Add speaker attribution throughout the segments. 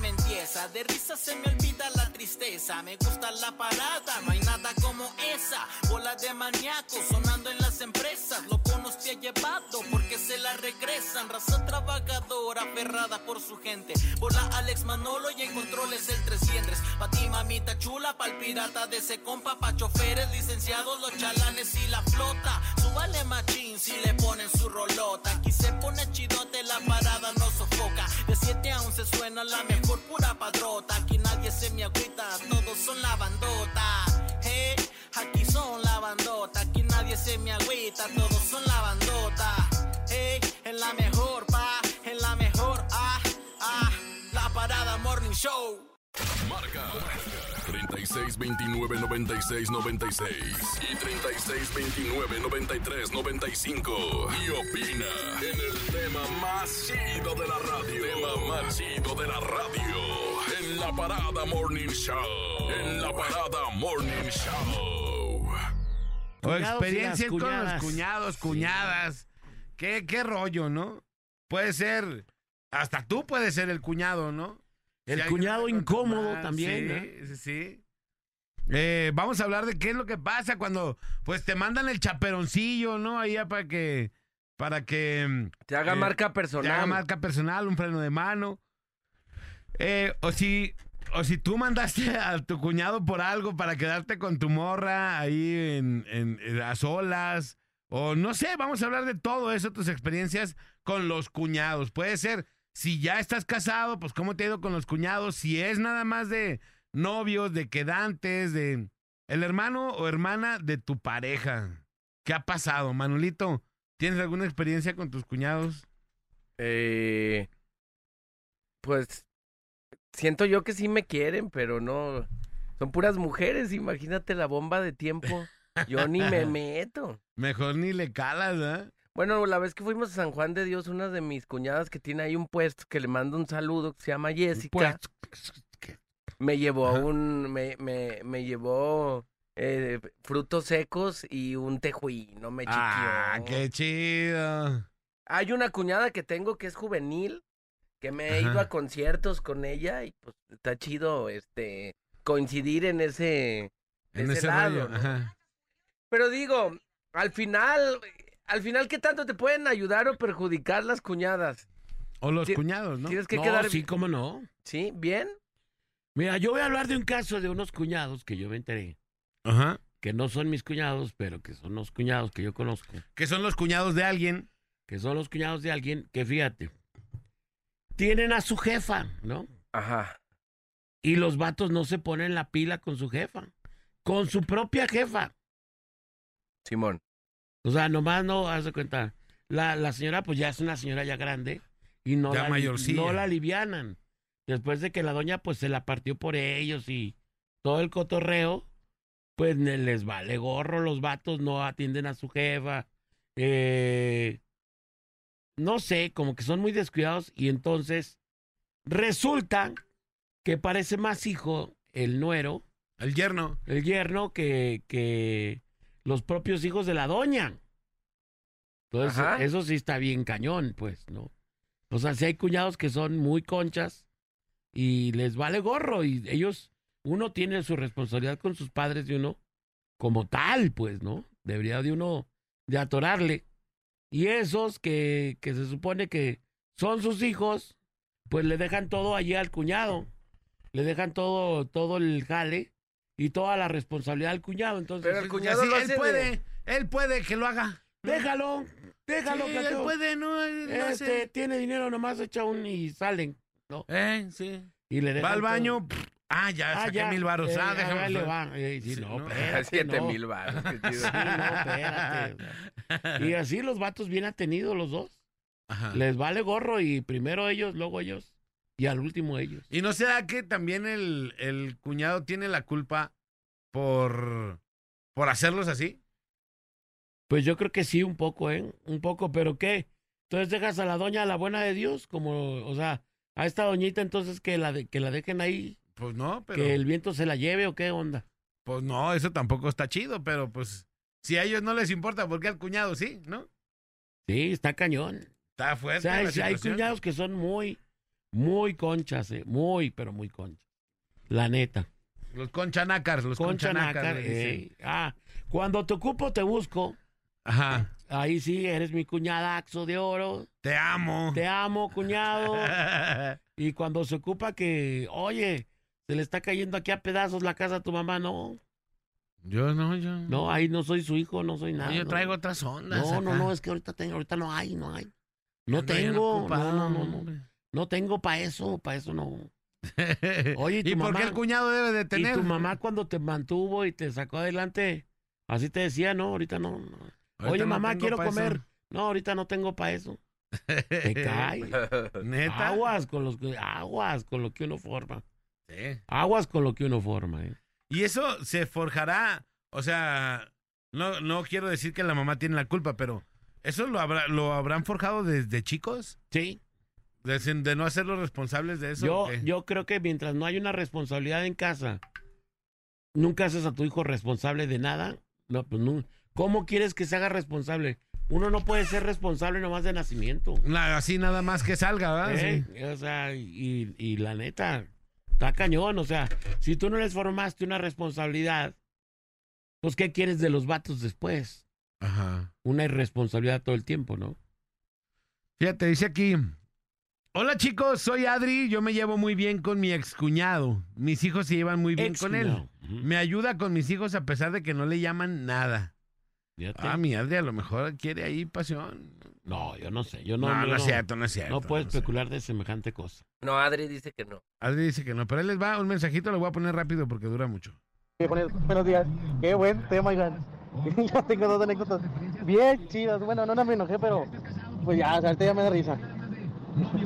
Speaker 1: cerveza, de risa se me olvida la tristeza. Me gusta la parada, no hay nada como esa. Bola de maníaco sonando en las empresas. Loco nos te ha llevado porque se la regresan. Raza trabajadora, aferrada por su gente. Bola Alex Manolo y en controles el 300. Pa' ti, mamita chula, pa'l pirata de ese compa. Pa' choferes, licenciados, los chalanes y la flota. Súbale machín si le ponen su rolota. Aquí se pone chidote, la parada no sofoca. De 7 a 11 suena la mejor pura padrota. Aquí nadie se me agüita, todos son la bandota. Hey, aquí son la bandota. Aquí nadie se me agüita, todos son la bandota. Hey, en la mejor, pa, en la mejor, ah, ah. La parada Morning Show.
Speaker 2: Marca 36299696 y 36299395 y opina en el tema más chido de la radio. Tema más chido de la radio en la parada Morning Show. En la parada Morning Show.
Speaker 3: O
Speaker 4: Cuñados y
Speaker 3: experiencias
Speaker 4: las
Speaker 3: con los
Speaker 4: cuñadas.
Speaker 3: cuñados, cuñadas. ¿Qué, qué rollo, ¿no? Puede ser, hasta tú puedes ser el cuñado, ¿no?
Speaker 4: El
Speaker 3: Si alguien anda
Speaker 4: cuñado
Speaker 3: con tu
Speaker 4: incómodo
Speaker 3: madre,
Speaker 4: también,
Speaker 3: Sí, sí, sí. Eh, vamos a hablar de qué es lo que pasa cuando pues te mandan el chaperoncillo, ¿no? Ahí ya para que para que mm,
Speaker 5: Te haga
Speaker 3: Eh,
Speaker 5: marca
Speaker 3: te
Speaker 5: personal.
Speaker 3: haga marca personal, un freno de mano. Eh, o si o si tú mandaste a tu cuñado por algo para quedarte con tu morra ahí en, en, en las olas. O no sé, vamos a hablar de todo eso, tus experiencias con los cuñados. Puede ser, si ya estás casado, pues cómo te ha ido con los cuñados. Si es nada más de novios, de quedantes, de el hermano o hermana de tu pareja. ¿Qué ha pasado, Manolito? ¿Tienes alguna experiencia con tus cuñados?
Speaker 5: Eh, pues siento yo que sí me quieren, pero no. Son puras mujeres, imagínate la bomba de tiempo. Yo ni me meto.
Speaker 3: Mejor ni le calas, ¿eh?
Speaker 5: Bueno, la vez que fuimos a San Juan de Dios, una de mis cuñadas que tiene ahí un puesto que le mando un saludo, que se llama Jessica, me llevó a
Speaker 3: Ajá.
Speaker 5: un, me, me, me llevó eh, frutos secos y un tejuí, no me chiquió.
Speaker 3: ah, qué chido.
Speaker 5: Hay una cuñada que tengo que es juvenil, que me he
Speaker 3: Ajá.
Speaker 5: ido a conciertos con ella y pues está chido este coincidir en ese de
Speaker 3: En
Speaker 5: ese
Speaker 3: ese
Speaker 5: lado,
Speaker 3: rollo.
Speaker 5: ¿no?
Speaker 3: Ajá.
Speaker 5: Pero digo, al final, al final qué tanto te pueden ayudar o perjudicar las cuñadas?
Speaker 3: O los
Speaker 5: Ti-
Speaker 3: cuñados, ¿no?
Speaker 5: Tienes que
Speaker 4: no,
Speaker 5: quedar
Speaker 4: sí, cómo no.
Speaker 5: ¿Sí? ¿Bien?
Speaker 4: Mira, yo voy a hablar de un caso de unos cuñados que yo me enteré,
Speaker 3: Ajá.
Speaker 4: que no son mis cuñados, pero que son los cuñados que yo conozco,
Speaker 3: Que son los cuñados de alguien.
Speaker 4: que son los cuñados de alguien que, fíjate, tienen a su jefa, ¿no?
Speaker 5: Ajá.
Speaker 4: Y los vatos no se ponen la pila con su jefa, con su propia jefa.
Speaker 5: Simón.
Speaker 4: O sea, nomás no, haz de cuenta. La, la señora, pues ya es una señora ya grande y no
Speaker 3: Ya
Speaker 4: la,
Speaker 3: mayorcilla.
Speaker 4: no la alivianan. Después de que la doña, pues se la partió por ellos y todo el cotorreo, pues ne- les vale gorro. Los vatos no atienden a su jefa. Eh, no sé, como que son muy descuidados y entonces resulta que parece más hijo el nuero
Speaker 3: El yerno.
Speaker 4: el yerno que, que los propios hijos de la doña. Entonces,
Speaker 5: Ajá.
Speaker 4: eso sí está bien cañón, pues, ¿no? O sea, si hay cuñados que son muy conchas y les vale gorro y ellos, uno tiene su responsabilidad con sus padres de uno como tal, pues, ¿no? Debería de uno de atorarle. Y esos que, que se supone que son sus hijos, pues le dejan todo allí al cuñado. Le dejan todo, todo el jale y toda la responsabilidad al cuñado. Entonces,
Speaker 5: Pero el cuñado
Speaker 3: Así,
Speaker 5: lo
Speaker 3: él
Speaker 5: hace de-
Speaker 3: puede, él puede que lo haga.
Speaker 4: déjalo, déjalo,
Speaker 3: ¿Mm? Sí, él
Speaker 4: Plateo.
Speaker 3: puede, no, él lo
Speaker 4: Este
Speaker 3: hace.
Speaker 4: tiene dinero, nomás echa un y salen.
Speaker 3: Eh, sí.
Speaker 4: Y le dejan
Speaker 3: Va al
Speaker 4: todo.
Speaker 3: baño. pff, Ah, ya
Speaker 4: Ah,
Speaker 3: saqué
Speaker 4: ya,
Speaker 3: mil varos.
Speaker 4: eh,
Speaker 3: ah,
Speaker 4: ahí
Speaker 3: déjame.
Speaker 4: le
Speaker 3: solo.
Speaker 4: va. Eh, sí,
Speaker 3: Sí,
Speaker 4: no,
Speaker 3: no. Ah,
Speaker 4: espérate,
Speaker 5: Siete
Speaker 4: no.
Speaker 5: mil baros. qué chido.
Speaker 4: Sí, no, espérate. Y así los vatos bien atenidos los dos.
Speaker 3: Ajá.
Speaker 4: Les vale gorro y primero ellos, luego ellos y al último ellos.
Speaker 3: ¿Y no será que también el, el cuñado tiene la culpa por, por hacerlos así?
Speaker 4: Pues yo creo que sí, un poco, ¿eh? Un poco, pero ¿qué? Entonces dejas a la doña a la buena de Dios, como, o sea, a esta doñita entonces que la, de- que la dejen ahí,
Speaker 3: Pues no, pero.
Speaker 4: que el viento se la lleve o qué onda.
Speaker 3: Pues no, eso tampoco está chido, pero pues si a ellos no les importa, porque al cuñado sí, ¿no?
Speaker 4: Sí, está cañón.
Speaker 3: Está
Speaker 4: O
Speaker 3: fuerte.
Speaker 4: sea,
Speaker 3: la
Speaker 4: hay, hay
Speaker 3: situación.
Speaker 4: cuñados que son muy, Muy conchas, eh, muy, pero muy conchas. La neta.
Speaker 3: Los conchanácars, los conchanácars.
Speaker 4: Conchanacar.
Speaker 3: le dicen.
Speaker 4: Ah, cuando te ocupo, te busco.
Speaker 3: Ajá.
Speaker 4: Ahí sí, eres mi cuñadaxo de oro.
Speaker 3: Te amo.
Speaker 4: Te amo, cuñado. Y cuando se ocupa que, oye, se le está cayendo aquí a pedazos la casa a tu mamá, no.
Speaker 3: yo no, yo.
Speaker 4: No, ahí no soy su hijo, no soy nada.
Speaker 3: yo
Speaker 4: no.
Speaker 3: traigo otras ondas.
Speaker 4: No, no,
Speaker 3: acá.
Speaker 4: no, es que ahorita, tengo, ahorita no hay, no hay. No
Speaker 3: Ando bien
Speaker 4: tengo, no,
Speaker 3: ocupado,
Speaker 4: no, no, no.
Speaker 3: hombre.
Speaker 4: No tengo para eso, para eso no. Oye, ¿y tu
Speaker 3: ¿y por
Speaker 4: mamá?
Speaker 3: qué el cuñado debe de tener?
Speaker 4: Y tu mamá cuando te mantuvo y te sacó adelante, así te decía, no, ahorita no. no.
Speaker 3: Ahorita
Speaker 4: Oye,
Speaker 3: no
Speaker 4: mamá,
Speaker 3: tengo
Speaker 4: quiero
Speaker 3: pa' eso.
Speaker 4: comer. No, ahorita no tengo para eso. Te cae.
Speaker 3: Neta.
Speaker 4: Aguas con los que- aguas con lo que uno forma.
Speaker 3: Sí.
Speaker 4: Aguas con lo que uno forma, eh.
Speaker 3: Y eso se forjará, o sea, no, no quiero decir que la mamá tiene la culpa, pero eso lo habrá, lo habrán forjado desde chicos,
Speaker 4: Sí.
Speaker 3: de, de no hacerlos responsables de eso. ¿o
Speaker 4: Yo,
Speaker 3: qué?
Speaker 4: yo creo que mientras no hay una responsabilidad en casa, nunca haces a tu hijo responsable de nada. No, pues no. ¿Cómo quieres que se haga responsable? Uno no puede ser responsable nomás de nacimiento.
Speaker 3: Na- así nada más que salga, ¿verdad?
Speaker 4: ¿eh?
Speaker 3: Sí.
Speaker 4: O sea, y, y la neta, está cañón. O sea, si tú no les formaste una responsabilidad, pues ¿qué quieres de los vatos después?
Speaker 3: Ajá.
Speaker 4: Una irresponsabilidad todo el tiempo, ¿no?
Speaker 3: Fíjate, dice aquí. Hola chicos, soy Adri, yo me llevo muy bien con mi excuñado. Mis hijos se llevan muy bien con él.
Speaker 4: Excuñado. Ujú.
Speaker 3: Me ayuda con mis hijos a pesar de que no le llaman nada.
Speaker 4: Fíjate.
Speaker 3: Ah, mi Adri a lo mejor quiere ahí pasión.
Speaker 4: No, yo no sé. Yo no,
Speaker 3: No, no,
Speaker 4: yo
Speaker 3: es
Speaker 4: no-
Speaker 3: cierto, no es cierto.
Speaker 4: no puedo
Speaker 3: sé.
Speaker 4: especular de semejante cosa.
Speaker 5: No, Adri dice que no.
Speaker 3: Adri dice que no, pero él les va un mensajito, lo voy a poner rápido porque dura mucho.
Speaker 6: Voy a poner, buenos días, qué buen tema, oigan. Yo tengo dos anécdotas bien chidas. Bueno, no, no me enojé, pero pues ya, o sea, ahorita ya me da risa.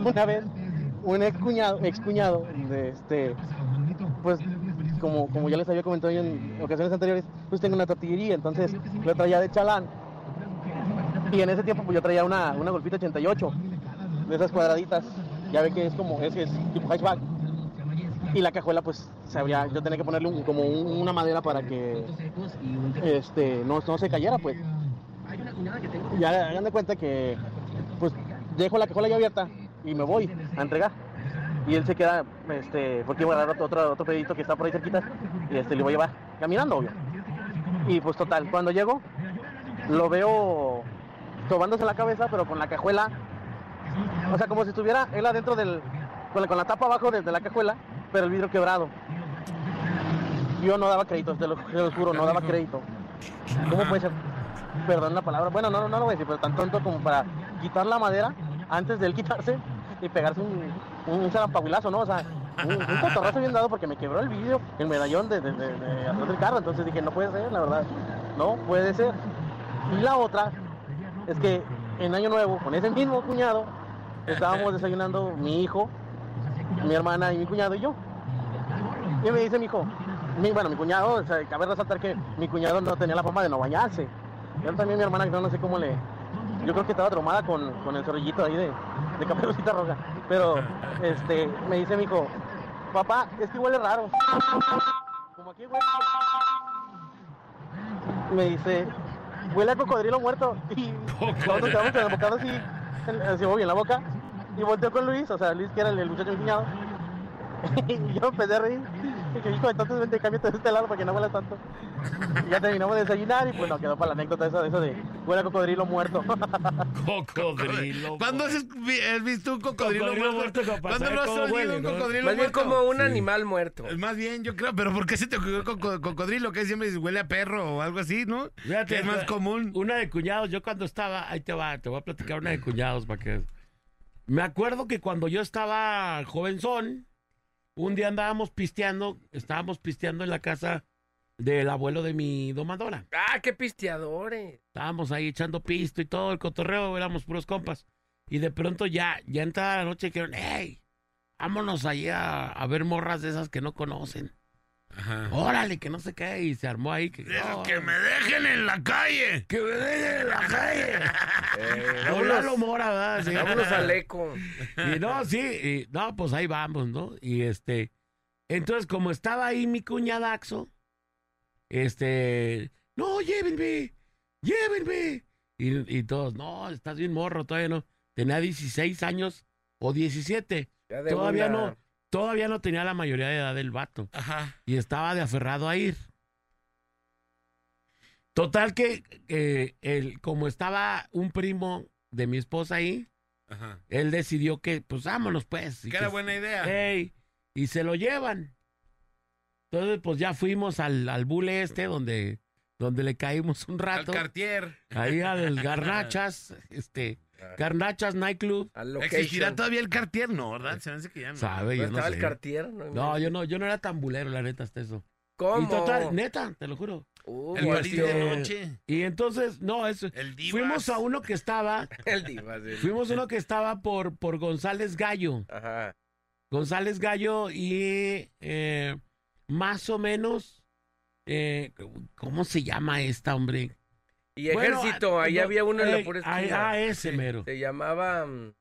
Speaker 6: Una vez, un ex cuñado, ex cuñado de este, pues como, como ya les había comentado yo en ocasiones anteriores, pues tengo una tortillería, entonces lo traía de chalán. Y en ese tiempo pues yo traía una, una golfita 88, de esas cuadraditas. Ya ve que es como, es, es tipo hatchback. Y la cajuela, pues, se habría, yo tenía que ponerle un- como un- una madera para que este, no, no se cayera, pues. Ya hagan de cuenta que, pues, dejo la cajuela ya abierta y me voy a entregar. Y él se queda, este, porque iba a agarrar otro, otro pedito que está por ahí cerquita y este, le voy a llevar caminando, obvio. Y pues, total, cuando llego, lo veo tomándose la cabeza, pero con la cajuela o sea, como si estuviera él adentro del. con la, con la tapa abajo de, de la cajuela, pero el vidrio quebrado. Yo no daba crédito, te lo, te lo juro, no daba crédito. ¿Cómo puede ser? Perdón la palabra. Bueno, no, no, no lo voy a decir, pero tan tonto como para quitar la madera antes de él quitarse y pegarse un, un, un zarampahuilazo, ¿no? O sea, un, un cotorrazo bien dado porque me quebró el vidrio, el medallón de, de, de- de atrás del carro. Entonces dije, no puede ser, la verdad. No puede ser. Y la otra es que en Año Nuevo, con ese mismo cuñado, estábamos desayunando mi hijo, mi hermana y mi cuñado y yo. Y me dice mi hijo, mi- bueno, mi cuñado, o sea, cabe resaltar que mi cuñado no tenía la fama de no bañarse. Yo también mi hermana, yo no sé cómo le... Yo creo que estaba traumada con, con el zorrillito ahí de, de Caperucita Roja. Pero, este, me dice mi hijo, papá, es que huele raro. Como aquí huele me dice, huele a cocodrilo muerto. Y nosotros quedamos con el bocado así, en- así muy bien la boca. Y volteó con Luis, o sea, Luis que era el, el muchacho enseñado. y yo empecé a reír. Y dije, hijo, entonces vente, cámbiate de este lado para que no huela tanto. Y ya terminamos de desayunar y pues nos quedó para la anécdota esa de eso de huele a cocodrilo muerto.
Speaker 4: Cocodrilo.
Speaker 3: ¿Cuándo has, vi- has visto un cocodrilo,
Speaker 4: Cocodrilo
Speaker 3: muerto?
Speaker 4: muerto, papá,
Speaker 3: ¿Cuándo
Speaker 4: ¿sabe
Speaker 3: no has
Speaker 4: cómo
Speaker 3: olido
Speaker 4: huele,
Speaker 3: un
Speaker 4: no?
Speaker 3: cocodrilo
Speaker 5: Más bien
Speaker 3: muerto? Eh,
Speaker 5: como un animal muerto.
Speaker 3: Más bien, yo creo, pero ¿por qué se te ocurrió coco- cocodrilo? Que siempre huele a perro o algo así, ¿no?
Speaker 4: Fíjate,
Speaker 3: Que es más
Speaker 4: una-
Speaker 3: común.
Speaker 4: Una de cuñados, yo cuando estaba, ahí te va, te voy a platicar una de cuñados para que. Me acuerdo que cuando yo estaba jovenzón, un día andábamos pisteando, estábamos pisteando en la casa del abuelo de mi domadora.
Speaker 5: Ah, qué pisteadores.
Speaker 4: Estábamos ahí echando pisto y todo el cotorreo, éramos puros compas. Y de pronto ya, ya entrada la noche, dijeron, hey, vámonos allá a ver morras de esas que no conocen.
Speaker 3: Ajá.
Speaker 4: Órale, que no sé qué. Y se armó ahí. Que, "Oh".
Speaker 3: De esos
Speaker 4: "No,
Speaker 3: que me dejen en la calle.
Speaker 4: que me dejen en la calle.
Speaker 5: Eh,
Speaker 4: Don Lalo
Speaker 5: vámonos,
Speaker 4: Mora, ¿verdad? Sí.
Speaker 5: vámonos al eco.
Speaker 4: Y no, sí, y no, pues ahí vamos, ¿no? Y este, entonces como estaba ahí mi cuñadaxo, este, no, llévenme, llévenme. Y, y todos, no, estás bien morro, todavía no. Tenía 16 años o 17.
Speaker 5: Ya de
Speaker 4: Todavía
Speaker 5: una-
Speaker 4: no, todavía no tenía la mayoría de edad del vato.
Speaker 7: Ajá.
Speaker 4: y estaba de aferrado a ir. Total que eh, él, como estaba un primo de mi esposa ahí,
Speaker 3: Ajá.
Speaker 4: él decidió que, pues vámonos pues. y
Speaker 3: Que era
Speaker 4: que-
Speaker 3: buena idea.
Speaker 4: Ey, y se lo llevan. Entonces, pues ya fuimos al, al bule este donde, donde le caímos un
Speaker 3: Al
Speaker 4: rato.
Speaker 3: Cartier.
Speaker 4: ahí al Garnachas, este, Garnachas Nightclub.
Speaker 5: Al location.
Speaker 3: ¿Existirá todavía el Cartier? No, ¿verdad? Se me hace que ya no.
Speaker 4: ¿Sabe?
Speaker 5: ¿No
Speaker 4: Yo no,
Speaker 5: estaba
Speaker 4: sé.
Speaker 5: el Cartier? No,
Speaker 4: no, yo no, yo no era tan bulero, la neta, hasta eso.
Speaker 5: ¿Cómo?
Speaker 4: Y total, neta, te lo juro.
Speaker 5: Uh,
Speaker 3: El
Speaker 4: Uy,
Speaker 3: París de
Speaker 4: este-
Speaker 3: noche.
Speaker 4: Y entonces, no, eso.
Speaker 3: El Divas.
Speaker 4: Fuimos a uno que estaba,
Speaker 5: el diva, sí.
Speaker 4: fuimos a uno que estaba por, por González Gallo.
Speaker 5: Ajá.
Speaker 4: González Gallo y eh, más o menos, eh, ¿cómo se llama esta, hombre?
Speaker 5: Y
Speaker 4: Bueno,
Speaker 5: ejército,
Speaker 4: ah,
Speaker 5: ahí
Speaker 4: no,
Speaker 5: había uno en
Speaker 4: eh,
Speaker 5: la pura
Speaker 4: ah,
Speaker 5: esquina.
Speaker 4: ah, ese mero.
Speaker 5: Se llamaba... mm,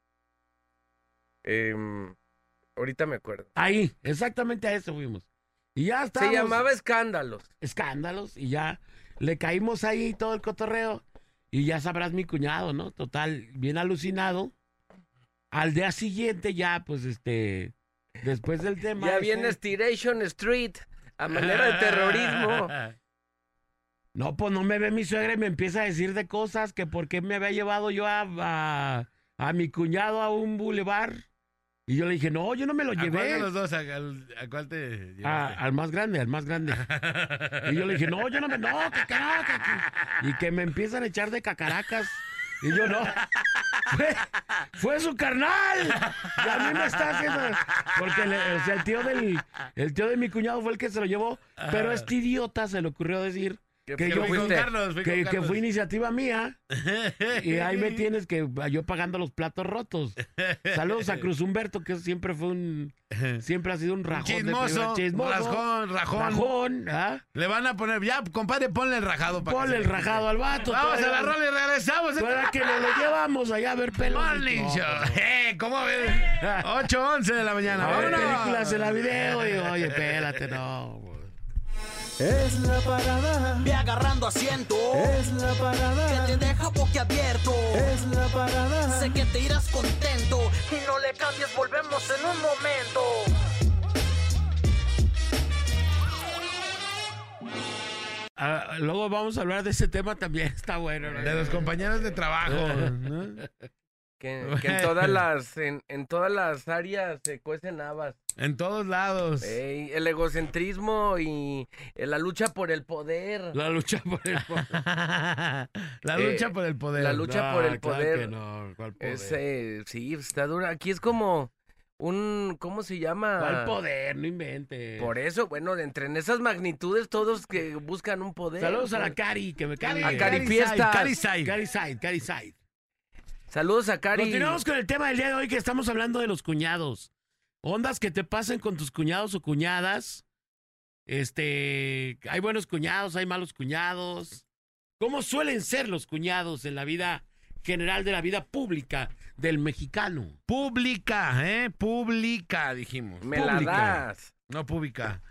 Speaker 5: em, ahorita me acuerdo.
Speaker 4: Ahí, exactamente a ese fuimos. Y ya estábamos.
Speaker 5: Se llamaba Escándalos.
Speaker 4: Escándalos y ya le caímos ahí todo el cotorreo. Y ya sabrás mi cuñado, ¿no? Total, bien alucinado. Al día siguiente ya, pues, este... Después del tema...
Speaker 5: Ya
Speaker 4: ese-
Speaker 5: viene Estiration Street, a manera de terrorismo.
Speaker 4: No, pues no me ve mi suegra y me empieza a decir de cosas que por qué me había llevado yo a, a, a mi cuñado a un bulevar. Y yo le dije, no, yo no me lo
Speaker 3: ¿A cuál de
Speaker 4: llevé.
Speaker 3: los dos? ¿A, al- a cuál te
Speaker 4: A-
Speaker 3: llevaste?
Speaker 4: al más grande, al más grande. Ah, Y yo le dije, no, yo no me, no, que, que no, que- que-". Y que me empiezan a echar de cacaracas. Y yo, no. Fue, fue su carnal. Y a mí me está haciendo. Porque le- o sea, el tío del, el tío de mi cuñado fue el que se lo llevó. Pero este idiota se le ocurrió decir
Speaker 5: Que
Speaker 3: Que
Speaker 4: Que yo
Speaker 3: fui con
Speaker 5: fuiste.
Speaker 3: Carlos, fui
Speaker 4: que,
Speaker 3: con
Speaker 4: que
Speaker 3: Carlos.
Speaker 4: fue iniciativa mía y ahí me tienes que yo pagando los platos rotos. Saludos a Cruz Humberto, que siempre fue un, siempre ha sido un rajón. de
Speaker 3: Chismoso,
Speaker 4: primera- chismoso,
Speaker 3: rasjón, rajón.
Speaker 4: rajón, ¿ah?
Speaker 3: Le van a poner, ya, compadre, ponle el rajado. para que
Speaker 4: Ponle
Speaker 3: se-
Speaker 4: el rajado al vato.
Speaker 3: Vamos a
Speaker 4: todavía-
Speaker 3: la rola y regresamos.
Speaker 4: Todavía que nos lo llevamos allá a ver pelos.
Speaker 3: Morning
Speaker 4: No, pues
Speaker 3: Show.
Speaker 4: no, no.
Speaker 3: Eh, ¿Cómo ves? 8.11 de la mañana.
Speaker 4: A ver
Speaker 3: Vámonos.
Speaker 4: películas en la video y oye, espérate, no. güey.
Speaker 8: Es la parada,
Speaker 1: Ve agarrando asiento.
Speaker 8: es la
Speaker 1: Que
Speaker 8: parada,
Speaker 1: te deja boquiabierto.
Speaker 8: es la parada,
Speaker 1: Sé que te irás contento. Y no le cambies, volvemos en un momento.
Speaker 4: Ah, luego vamos a hablar de ese tema también, está bueno. ¿no?
Speaker 3: De los compañeros de trabajo. ¿no?
Speaker 5: Que, que en todas las en, en todas las áreas se cuecen habas.
Speaker 3: En todos
Speaker 4: Pues
Speaker 3: lados.
Speaker 5: Ey, el egocentrismo y eh, la lucha por el poder.
Speaker 4: La lucha por el poder.
Speaker 3: la lucha
Speaker 5: Eh,
Speaker 3: por el poder.
Speaker 5: la lucha por el
Speaker 4: claro
Speaker 5: poder.
Speaker 4: que no, ¿cuál poder?
Speaker 5: Ese, sí, está dura. Aquí es como un, ¿cómo se llama?
Speaker 4: ¿Cuál poder? No inventes.
Speaker 5: Por eso, bueno, de entre en esas magnitudes todos que buscan un poder. pues.
Speaker 4: Saludos a la Cari, que me cae.
Speaker 5: A Cari Fiestas.
Speaker 3: Cari Sai.
Speaker 4: Cari Side, Cari Side.
Speaker 5: Saludos a Cari.
Speaker 4: Continuamos con el tema del día de hoy que estamos hablando de los cuñados. Ondas que te pasen con tus cuñados o cuñadas. Este, hay buenos cuñados, hay malos cuñados. ¿Cómo suelen ser los cuñados en la vida general de la vida pública del mexicano?
Speaker 3: Pública, ¿eh? Pública, dijimos.
Speaker 5: Me la
Speaker 3: Pública.
Speaker 5: das.
Speaker 3: No pública.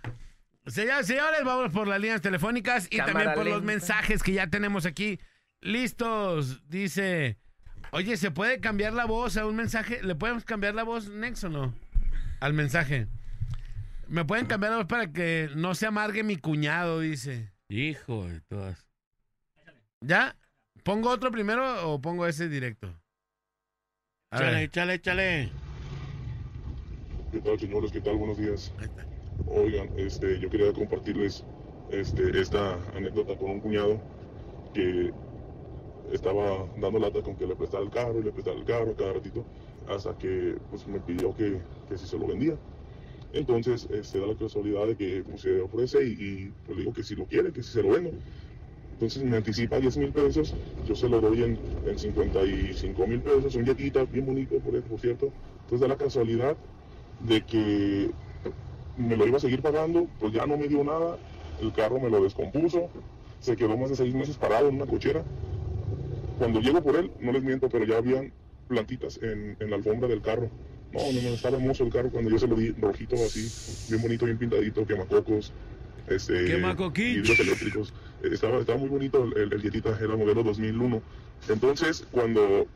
Speaker 3: Señoras y señores, vamos por las líneas telefónicas y
Speaker 5: Cámara
Speaker 3: también por los
Speaker 5: lenta.
Speaker 3: mensajes que ya tenemos aquí. Listos, dice. Oye, ¿se puede cambiar la voz a un mensaje? ¿Le podemos cambiar la voz, Nex, o no? Al mensaje. ¿Me pueden cambiar la voz para que no se amargue mi cuñado? Dice.
Speaker 4: Hijo de todas.
Speaker 3: ¿Ya? ¿Pongo otro primero o pongo ese directo? A
Speaker 4: Échale,
Speaker 3: ver.
Speaker 4: échale, échale.
Speaker 9: ¿Qué tal, señores? ¿Qué tal? Buenos días.
Speaker 3: Ahí está.
Speaker 9: Oigan, este, yo quería compartirles este, esta anécdota con un cuñado que estaba dando lata con que le prestara el carro y le prestara el carro cada ratito hasta que pues, me pidió que, que si se lo vendía. Entonces este, da la casualidad de que pues, se ofrece y, y, pues, le digo que si lo quiere, que si se lo vendo. Entonces me anticipa 10 mil pesos, yo se lo doy en, en 55 mil pesos, un yaquita bien bonito, por, por cierto. Entonces da la casualidad de que me lo iba a seguir pagando, pues ya no me dio nada, el carro me lo descompuso, se quedó más de seis meses parado en una cochera. Cuando llego por él, no les miento, pero ya habían plantitas en, en la alfombra del carro. No, no, no, estaba hermoso el carro cuando yo se lo di rojito así, bien bonito, bien pintadito, quemacocos, este,
Speaker 4: Quemacoquín.
Speaker 9: vidrios eléctricos. Eh, Estaba, estaba muy bonito el, el, el Yetita, era modelo 2001. Entonces, cuando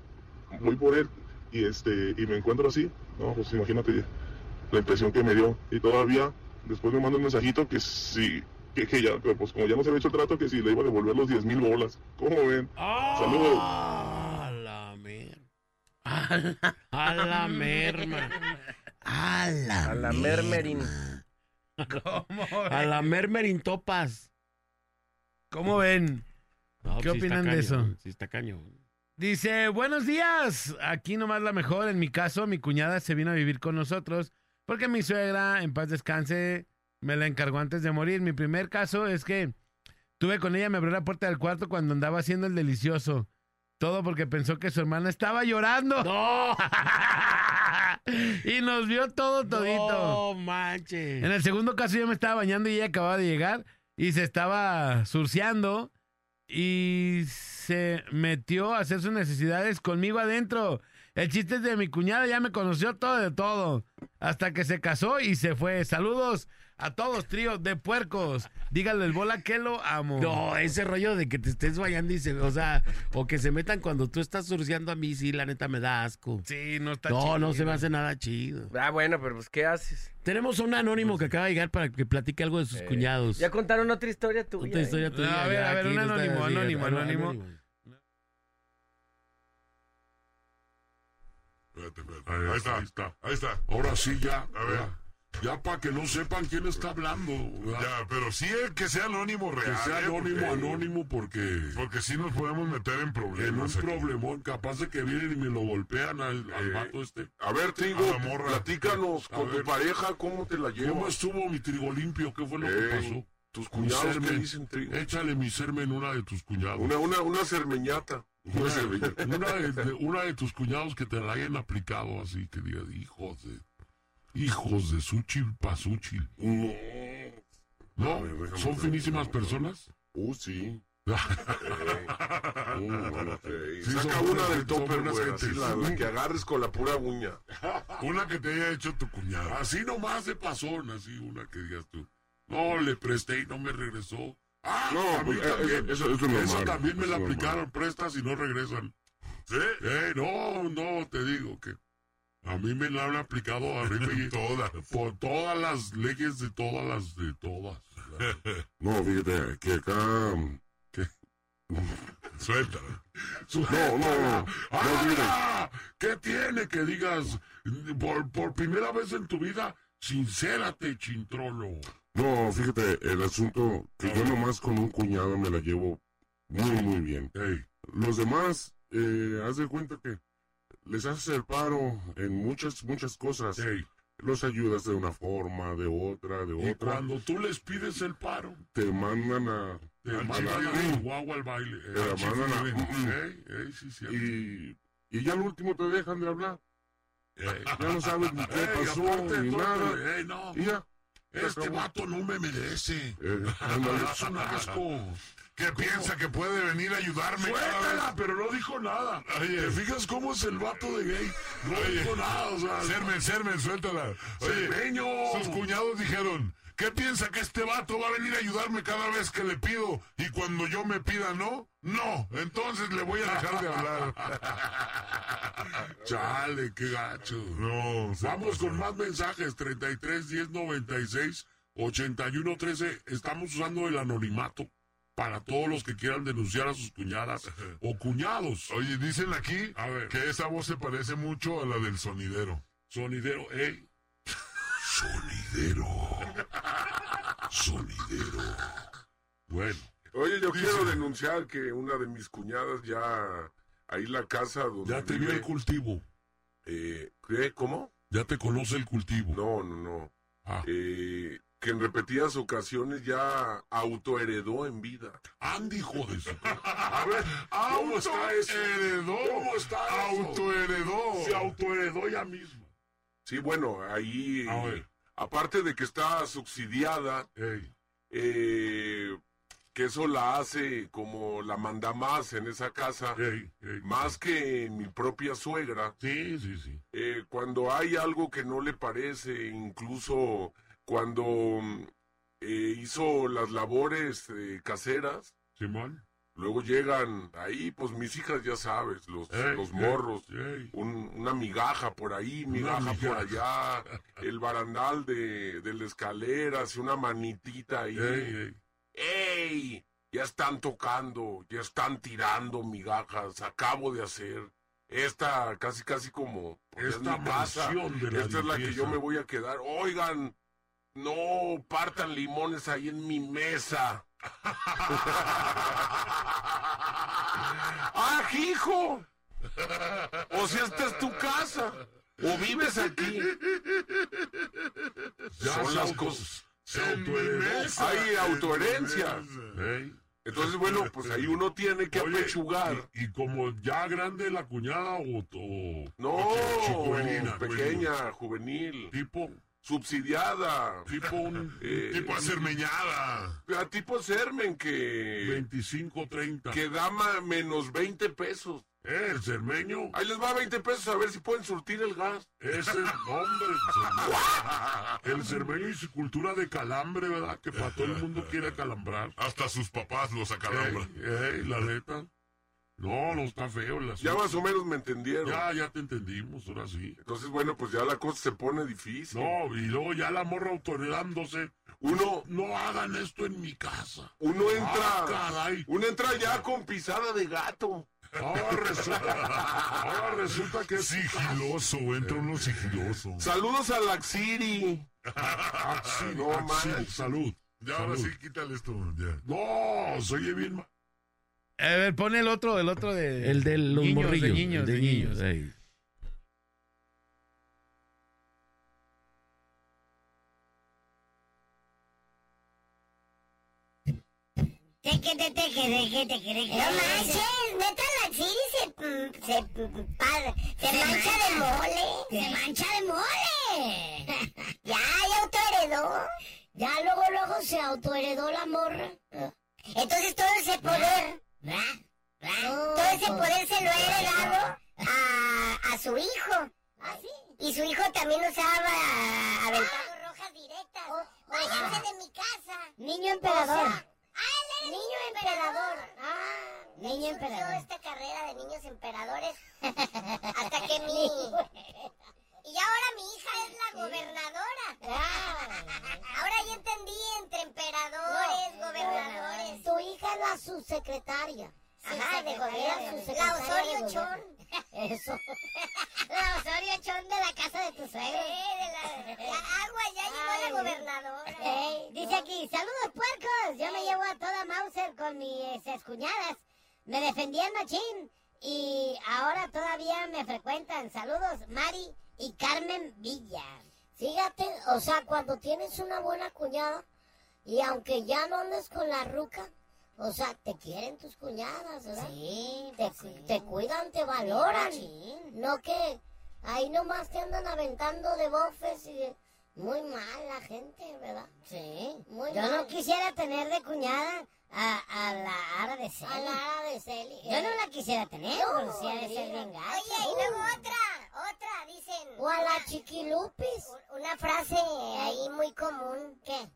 Speaker 9: voy por él,
Speaker 10: y este y me encuentro así, no, pues imagínate la impresión que me dio y todavía después me manda un mensajito que sí que, que ya que, pues como ya no se había hecho el trato que si le iba a devolver los 10 mil bolas. ¿Cómo ven? Saludos.
Speaker 4: ¡Ah! la mer. A la- a la merma.
Speaker 11: A la,
Speaker 5: A la mermerín.
Speaker 3: ¿Cómo
Speaker 4: A
Speaker 3: ven?
Speaker 4: la mermerin topas.
Speaker 3: ¿Cómo ven?
Speaker 4: No,
Speaker 3: ¿Qué
Speaker 4: pues sí está
Speaker 3: opinan de
Speaker 4: cañón,
Speaker 3: eso?
Speaker 4: Sí está cañón.
Speaker 3: Dice, buenos días. Aquí nomás la mejor. En mi caso, mi cuñada se vino a vivir con nosotros porque mi suegra, en paz descanse, me la encargó antes de morir. Mi primer caso es que tuve con ella, me abrió la puerta del cuarto cuando andaba haciendo el delicioso. Todo porque pensó que su hermana estaba llorando.
Speaker 4: ¡No!
Speaker 3: y nos vio todo todito.
Speaker 4: ¡No manches!
Speaker 3: En el segundo caso yo me estaba bañando y ella acababa de llegar y se estaba surciando y se metió a hacer sus necesidades conmigo adentro. El chiste es de mi cuñada, ya me conoció todo de todo. Hasta que se casó y se fue. Saludos a todos, tríos de puercos. Dígale el bola que lo amo.
Speaker 4: No, ese rollo de que te estés bañando y se, o sea, o que se metan cuando tú estás surciando a mí, sí, la neta me da asco.
Speaker 3: Sí, no está
Speaker 4: no,
Speaker 3: chido.
Speaker 4: no se me hace nada chido.
Speaker 5: Ah, bueno, pero pues, ¿qué haces?
Speaker 4: Tenemos a un anónimo que acaba de llegar para que platique algo de
Speaker 3: Eh.
Speaker 4: sus cuñados.
Speaker 5: Ya contaron otra historia tuya.
Speaker 4: Otra
Speaker 5: ¿eh?
Speaker 4: historia
Speaker 3: No,
Speaker 4: tuya,
Speaker 3: a ver,
Speaker 4: ya,
Speaker 3: a ver,
Speaker 4: aquí
Speaker 3: un
Speaker 4: no está-
Speaker 3: anónimo,
Speaker 4: sí,
Speaker 3: anónimo,
Speaker 4: anó-
Speaker 3: anónimo.
Speaker 12: Espérate, espérate. Ahí, está, ahí está, ahí está. Ahora sí, ya. A ver. Ya, para que no sepan quién está hablando. Ya, pero sí el que sea anónimo real. Que sea anónimo, anónimo, porque. Porque sí nos podemos meter en problemas. En un problemón, capaz de que vienen y me lo golpean al, al vato este. A ver, Trigo, platícanos con tu pareja, ¿cómo te la llevas? ¿Cómo estuvo mi trigo limpio? ¿Qué fue lo que pasó? Tus cuñados, ¿qué dicen, Trigo? Échale mi sermen una de tus cuñados. Una, una, una sermeñata. Una, una de, de- una de tus cuñados que te la hayan aplicado así, que digas, hijos de. Hijos de Súchil Pasúchil. No.
Speaker 10: A ver, déjame
Speaker 12: ¿Son
Speaker 10: ver,
Speaker 12: finísimas
Speaker 10: déjame ver.
Speaker 12: personas?
Speaker 10: Uh, sí.
Speaker 12: Mm, Saca una del tope,
Speaker 10: la, que agarres con la pura uña.
Speaker 12: Una que te haya hecho tu cuñada. Así nomás de pasón, así una que digas tú. No, le presté y no me regresó. Ah,
Speaker 10: No,
Speaker 12: a mí
Speaker 10: pues, eh,
Speaker 12: también.
Speaker 10: eh, eso- eso es normal,
Speaker 12: Esa también me
Speaker 10: eso
Speaker 12: la
Speaker 10: es normal.
Speaker 12: aplicaron, prestas y no regresan. ¿Sí? Eh, no, no, te digo que a mí me la han aplicado arriba y todas. Por todas las leyes de todas las de todas.
Speaker 10: No, fíjate, que acá...
Speaker 12: Suéltala.
Speaker 10: No, no, no.
Speaker 12: ¡Ah! ¿Qué tiene que digas? Por, por primera vez en tu vida, sincérate, chintrolo.
Speaker 10: No, fíjate, el asunto
Speaker 12: Ah.
Speaker 10: que yo nomás con un cuñado me la llevo muy, muy bien.
Speaker 12: Ey,
Speaker 10: Los demás, eh, haz de cuenta que les haces el paro en muchas, muchas cosas.
Speaker 12: ey.
Speaker 10: Los ayudas de una forma, de otra, de
Speaker 12: Y
Speaker 10: otra.
Speaker 12: cuando tú les pides el paro,
Speaker 10: Te mandan a...
Speaker 12: te
Speaker 10: al
Speaker 12: mandan a
Speaker 10: chiquilín.
Speaker 12: Chihuahua al baile. eh,
Speaker 10: Te la
Speaker 12: al
Speaker 10: mandan a- mm,
Speaker 12: chiquilín. Ey, ey, sí, sí.
Speaker 10: y, y ya al último te dejan de hablar.
Speaker 12: Ey.
Speaker 10: Ya no sabes ni qué
Speaker 12: Ey,
Speaker 10: pasó,
Speaker 12: aparte,
Speaker 10: ni
Speaker 12: tú,
Speaker 10: nada.
Speaker 12: ey, no,
Speaker 10: Y ya. se
Speaker 12: este
Speaker 10: acabó.
Speaker 12: vato no me merece.
Speaker 10: Eh, ándale.
Speaker 12: Es un asco.
Speaker 10: que piensa que puede venir a ayudarme
Speaker 12: Suéltala, pero no dijo nada. ¿Te fijas cómo es el vato de gay? No dijo nada, o sea. Sermen, Sermen, suéltala. Oye, sus cuñados dijeron, ¿qué piensa que este vato va a venir a ayudarme cada vez que le pido? Y cuando yo me pida no, no, entonces le voy a dejar de hablar. Chale, qué gacho. No. Vamos con más mensajes, 33 10 96 81 13. Estamos usando el anonimato para todos los que quieran denunciar a sus cuñadas o cuñados. Oye, dicen aquí que esa voz se parece mucho a la del sonidero. Sonidero, ¿eh? Sonidero. Sonidero. Bueno.
Speaker 10: Oye, yo quiero denunciar que una de mis cuñadas ya ahí la casa donde
Speaker 12: Ya te vio
Speaker 10: vive,
Speaker 12: el cultivo.
Speaker 10: eh, ¿qué? ¿Cómo?
Speaker 12: Ya te conoce el cultivo.
Speaker 10: No, no, no.
Speaker 12: Ah.
Speaker 10: Eh, que en repetidas ocasiones ya autoheredó en vida.
Speaker 12: Andy, hijo de su-
Speaker 10: A ver,
Speaker 12: ¿Cómo está eso?
Speaker 10: autoheredó.
Speaker 12: ¿Cómo está eso?
Speaker 10: Autoheredó.
Speaker 12: Se autoheredó ya mismo.
Speaker 10: Sí, bueno, ahí
Speaker 12: A ver.
Speaker 10: aparte de que está subsidiada,
Speaker 12: Ey.
Speaker 10: eh, que eso la hace como la manda más en esa casa,
Speaker 12: Ey, ey.
Speaker 10: más que mi propia suegra.
Speaker 12: Sí, sí, sí.
Speaker 10: eh, cuando hay algo que no le parece, incluso cuando mm, eh, hizo las labores eh, caseras,
Speaker 12: Simón.
Speaker 10: Luego llegan ahí, pues mis hijas ya sabes, los,
Speaker 12: Ey,
Speaker 10: los
Speaker 12: ey,
Speaker 10: morros,
Speaker 12: ey.
Speaker 10: un- una migaja por ahí, migaja por allá, el barandal de, de la escalera, así una manitita ahí.
Speaker 12: Ey,
Speaker 10: ¡Ey! Ya están tocando, ya están tirando migajas, acabo de hacer. Esta casi casi como pues, es
Speaker 12: Esta
Speaker 10: mi casa.
Speaker 12: mansión de la
Speaker 10: Esta es la que yo
Speaker 12: limpieza.
Speaker 10: me voy a quedar. Oigan, no partan limones ahí en mi mesa. ¡Ah, hijo! O sea, esta es tu casa. O vives aquí.
Speaker 12: Ya
Speaker 10: Son
Speaker 12: se
Speaker 10: las
Speaker 12: auto-
Speaker 10: cosas.
Speaker 12: se autoheredó.
Speaker 10: Hay autoherencia.
Speaker 12: Ey.
Speaker 10: Entonces, bueno, pues ahí uno tiene que
Speaker 12: Oye,
Speaker 10: apechugar.
Speaker 12: Y, y como ya grande la cuñada o... o-
Speaker 10: No,
Speaker 12: o chi- chicuelina,
Speaker 10: pequeña, juvenil.
Speaker 12: Tipo...
Speaker 10: Subsidiada.
Speaker 12: Tipo un...
Speaker 10: Eh,
Speaker 12: tipo acermeñada.
Speaker 10: A tipo Sermen que,
Speaker 12: 25, 30.
Speaker 10: que da ma- menos 20 pesos.
Speaker 12: Eh, el cermeño.
Speaker 10: Ahí les va 20 pesos a ver si pueden surtir el gas.
Speaker 12: Es el nombre. el cermeño. El cermeño y su cultura de calambre, ¿verdad? Que para todo el mundo quiere acalambrar.
Speaker 13: Hasta sus papás los acalambran.
Speaker 12: Ey, ey, la neta. No, no está feo. el
Speaker 10: Ya
Speaker 12: asunto.
Speaker 10: más o menos me entendieron.
Speaker 12: Ya, ya te entendimos, ahora sí.
Speaker 10: Entonces, bueno, pues ya la cosa se pone difícil.
Speaker 12: No, y luego ya la morra autoredándose.
Speaker 10: Uno,
Speaker 12: No hagan esto en mi casa.
Speaker 10: uno
Speaker 12: Ah,
Speaker 10: entra,
Speaker 12: caray.
Speaker 10: uno entra ya con pisada de gato.
Speaker 12: Ahora resulta, ahora Ah, resulta que es
Speaker 13: Sigiloso, entra uno sigiloso.
Speaker 10: Saludos a Laxiri.
Speaker 12: Axil,
Speaker 10: No
Speaker 12: Axil,
Speaker 10: manches.
Speaker 12: Ah, salud.
Speaker 13: Ya ahora
Speaker 12: Salud.
Speaker 13: sí, quítale esto. Ya.
Speaker 12: No, se oye bien. ma-
Speaker 3: A ver, pon el otro, el otro de.
Speaker 4: El de los
Speaker 3: niños,
Speaker 4: morrillos.
Speaker 3: De niños,
Speaker 4: el de niños, ey.
Speaker 14: Te que te te que te que te que te que. No manches, neta la chiri se mm, se mm, pa- se mancha de mole. Se mancha de mole. ya, ya autoheredó. Ya luego luego se autoheredó la morra. Entonces todo ese poder, todo ese poder se lo ha heredado a, a su hijo. Y su hijo también usaba aventado rojas directas. Váyanse de mi casa. Niño emperador. Niño emperador. Ah, niño emperador. esta carrera de niños emperadores hasta que mi... Y ahora mi hija es la gobernadora. Ahora ya entendí entre emperadores, gobernadores. Tu hija es la subsecretaria. Ajá, de gobierno. La Osorio Chon. Eso. La Osorio Chon de la casa de tu suegro. agua, ya llegó la gobernadora. dice aquí, saludos puercos. Yo me llevo a toda Mauser con mis excuñadas. Me defendí en machín y ahora todavía me frecuentan. Saludos, Mari y Carmen Villa. Fíjate, o sea, cuando tienes una buena cuñada y aunque ya no andes con la ruca, o sea, te quieren tus cuñadas, ¿verdad? Sí, te, te cuidan, te valoran. No que ahí nomás te andan aventando de bofes y de- muy mal la gente, ¿verdad? Sí. Yo no quisiera tener de cuñada a, la Ara de Celi. A la Ara de Celi. Yo no la quisiera tener, porque si ha de ser bien gacha. Oye, y luego otra, otra, dicen. O a la Chiquilupis. Una frase ahí muy común. ¿Qué?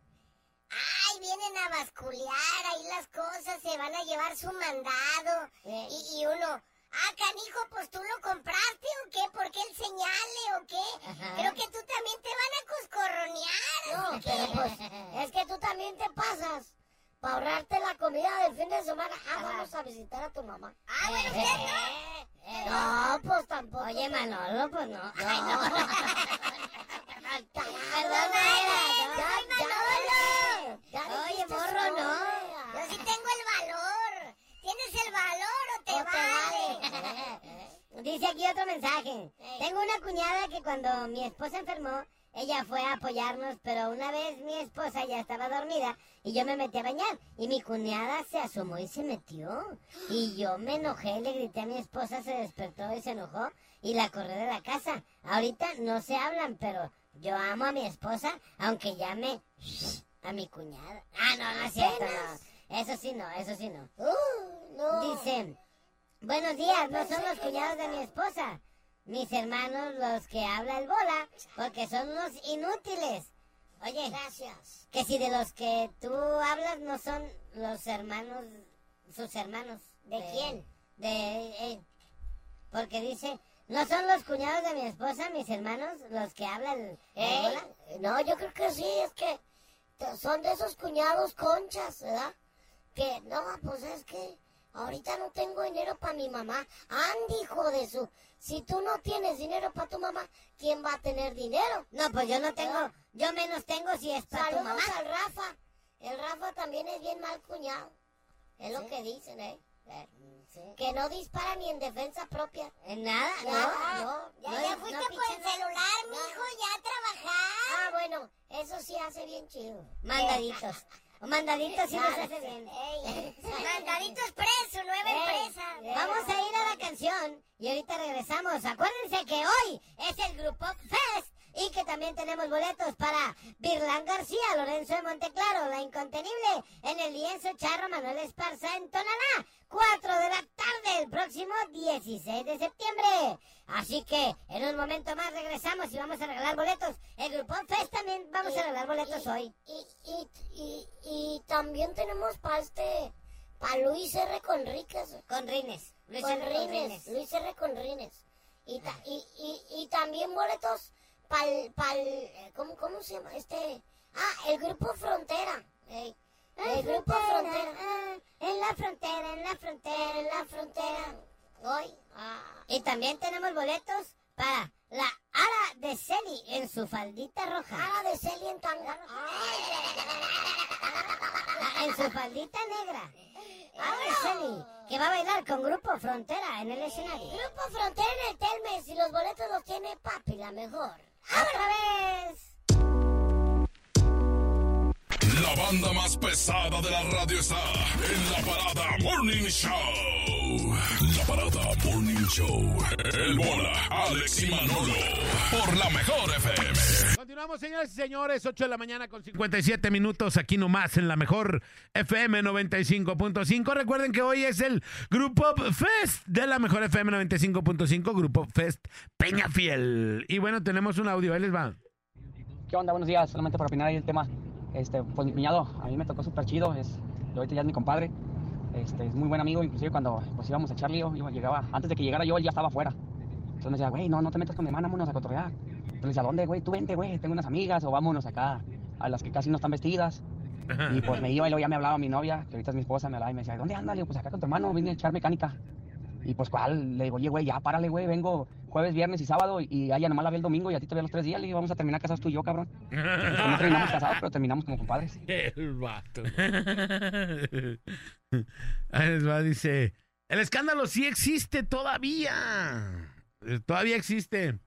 Speaker 14: Ay, vienen a basculear, ahí las cosas se van a llevar su mandado. Y, y uno, ah, canijo, pues tú lo compraste o qué, ¿por qué el señale o qué? Creo que tú también te van a coscorronear. No, pero pues es que tú también te pasas. Para ahorrarte la comida del fin de semana, ah, vamos a visitar a tu mamá. Ah, bueno, usted no. No, pues tampoco. Oye, Manolo, pues no. Ay, no. Perdona, Era. Ya, ya, ya, Oye, morro, no. Yo sí tengo el valor. ¿Tienes el valor o te, vale? Dice aquí otro mensaje. Tengo una cuñada que cuando mi esposa enfermó, ella fue a apoyarnos, pero una vez mi esposa ya estaba dormida y yo me metí a bañar. Y mi cuñada se asomó y se metió. Y yo me enojé, le grité a mi esposa, se despertó y se enojó y la corrí de la casa. Ahorita no se hablan, pero yo amo a mi esposa, aunque llame a mi cuñada. Ah, no, no es cierto, no. Eso sí no, eso sí no. Dice, buenos días, no son los cuñados de mi esposa. Mis hermanos los que habla el bola, porque son unos inútiles. Oye, gracias. Que si de los que tú hablas no son los hermanos sus hermanos. ¿De, quién? De, eh, porque dice, ¿no son los cuñados de mi esposa, mis hermanos, los que hablan?
Speaker 15: ¿Eh? No, yo creo que sí, es que t- son de esos cuñados conchas, ¿verdad? Que, no, pues es que ahorita no tengo dinero para mi mamá. Andy, hijo de su, si tú no tienes dinero para tu mamá, ¿quién va a tener dinero?
Speaker 14: No, pues yo no tengo, yo menos tengo si es para tu
Speaker 15: Saludos
Speaker 14: mamá.
Speaker 15: al Rafa. El Rafa también es bien mal cuñado. Es lo que dicen, ¿eh? Eh, Que no dispara ni en defensa propia.
Speaker 14: En nada,
Speaker 15: No,
Speaker 14: nada.
Speaker 15: no,
Speaker 14: Ya-
Speaker 15: no,
Speaker 14: ya
Speaker 15: no
Speaker 14: fuiste por
Speaker 15: pinche
Speaker 14: el
Speaker 15: no.
Speaker 14: celular,
Speaker 15: No.
Speaker 14: mijo, ya a trabajar.
Speaker 15: Ah, bueno, eso sí hace bien chido.
Speaker 14: Mandaditos. Mandaditos sí
Speaker 15: Ah,
Speaker 14: los hace bien. Mandaditos preso, nueva
Speaker 15: Ey,
Speaker 14: empresa.
Speaker 15: ey.
Speaker 14: Vamos a ir a la canción y ahorita regresamos. Acuérdense que hoy es el Grupo Fest y que también tenemos boletos para Birlan García, Lorenzo de Monteclaro, La Incontenible, en el lienzo Charro Manuel Esparza en Tonalá. 4 de la tarde el próximo 16 de septiembre. Así que en un momento más regresamos y vamos a regalar boletos. El Grupo Fest también vamos a regalar boletos
Speaker 15: y-
Speaker 14: hoy.
Speaker 15: Y, y, y, y también tenemos para este, para Luis R. Conríquez.
Speaker 14: Con Rines. Luis
Speaker 15: Con
Speaker 14: R. con
Speaker 15: Rines,
Speaker 14: Rines.
Speaker 15: Luis R. Conrines. Y, ta- y, y, y también boletos para el, ¿cómo, ¿cómo se llama? Este, ah, el Grupo Frontera. Ey, el Grupo Frontera.
Speaker 14: ah, En la frontera, en la frontera, en la frontera.
Speaker 15: Hoy, ah.
Speaker 14: Y también tenemos boletos para la Ara de Celi en su faldita roja.
Speaker 15: Ara de Celi en tanga.
Speaker 14: Ah, En su faldita negra. Ara de Celi, que va a bailar con Grupo Frontera en el escenario.
Speaker 15: Grupo Frontera en el Telmes y los boletos los tiene Papi, la mejor.
Speaker 14: ¡Otra vez!
Speaker 2: La banda más pesada de la radio está en la parada Morning Show. La parada Morning Show. El bola, Alex y Manolo. Por la mejor FM.
Speaker 3: Continuamos, señoras y señores, 8 de la mañana con 57 minutos aquí nomás en la mejor FM 95.5. Recuerden que hoy es el Grupo Fest de la mejor FM 95.5, Grupo Fest Peña Fiel. Y bueno, tenemos un audio, ahí les va.
Speaker 16: ¿Qué onda? Buenos días. Solamente para opinar ahí el tema. Este, pues mi cuñado, a mí me tocó súper chido. Es, ahorita ya es mi compadre. Este, es muy buen amigo. Inclusive cuando pues, íbamos a echar lío, iba- llegaba, antes de que llegara yo, él ya estaba afuera. Entonces me decía, güey, no, no te metas con mi hermana, vámonos a cotorrear. Entonces le decía, ¿a dónde, güey? Tú vente, güey, tengo unas amigas o vámonos acá a las que casi no están vestidas.
Speaker 9: Ah.
Speaker 16: Y pues me iba y luego ya me hablaba mi novia, que ahorita es mi esposa, me hablaba y me decía, ¿dónde andas? Le digo, pues acá con tu hermano, vine a echar mecánica. Y pues, ¿cuál? Le digo, oye, güey, ya párale, güey, vengo jueves, viernes y sábado y- y a ella nomás la ve el domingo y a ti te ve los tres días. Le digo, vamos a terminar casados tú y yo, cabrón. Entonces, no terminamos casados, pero terminamos como compadres.
Speaker 4: El vato.
Speaker 3: Ahí les va, dice, el escándalo sí existe todavía. Eh, Todavía existe.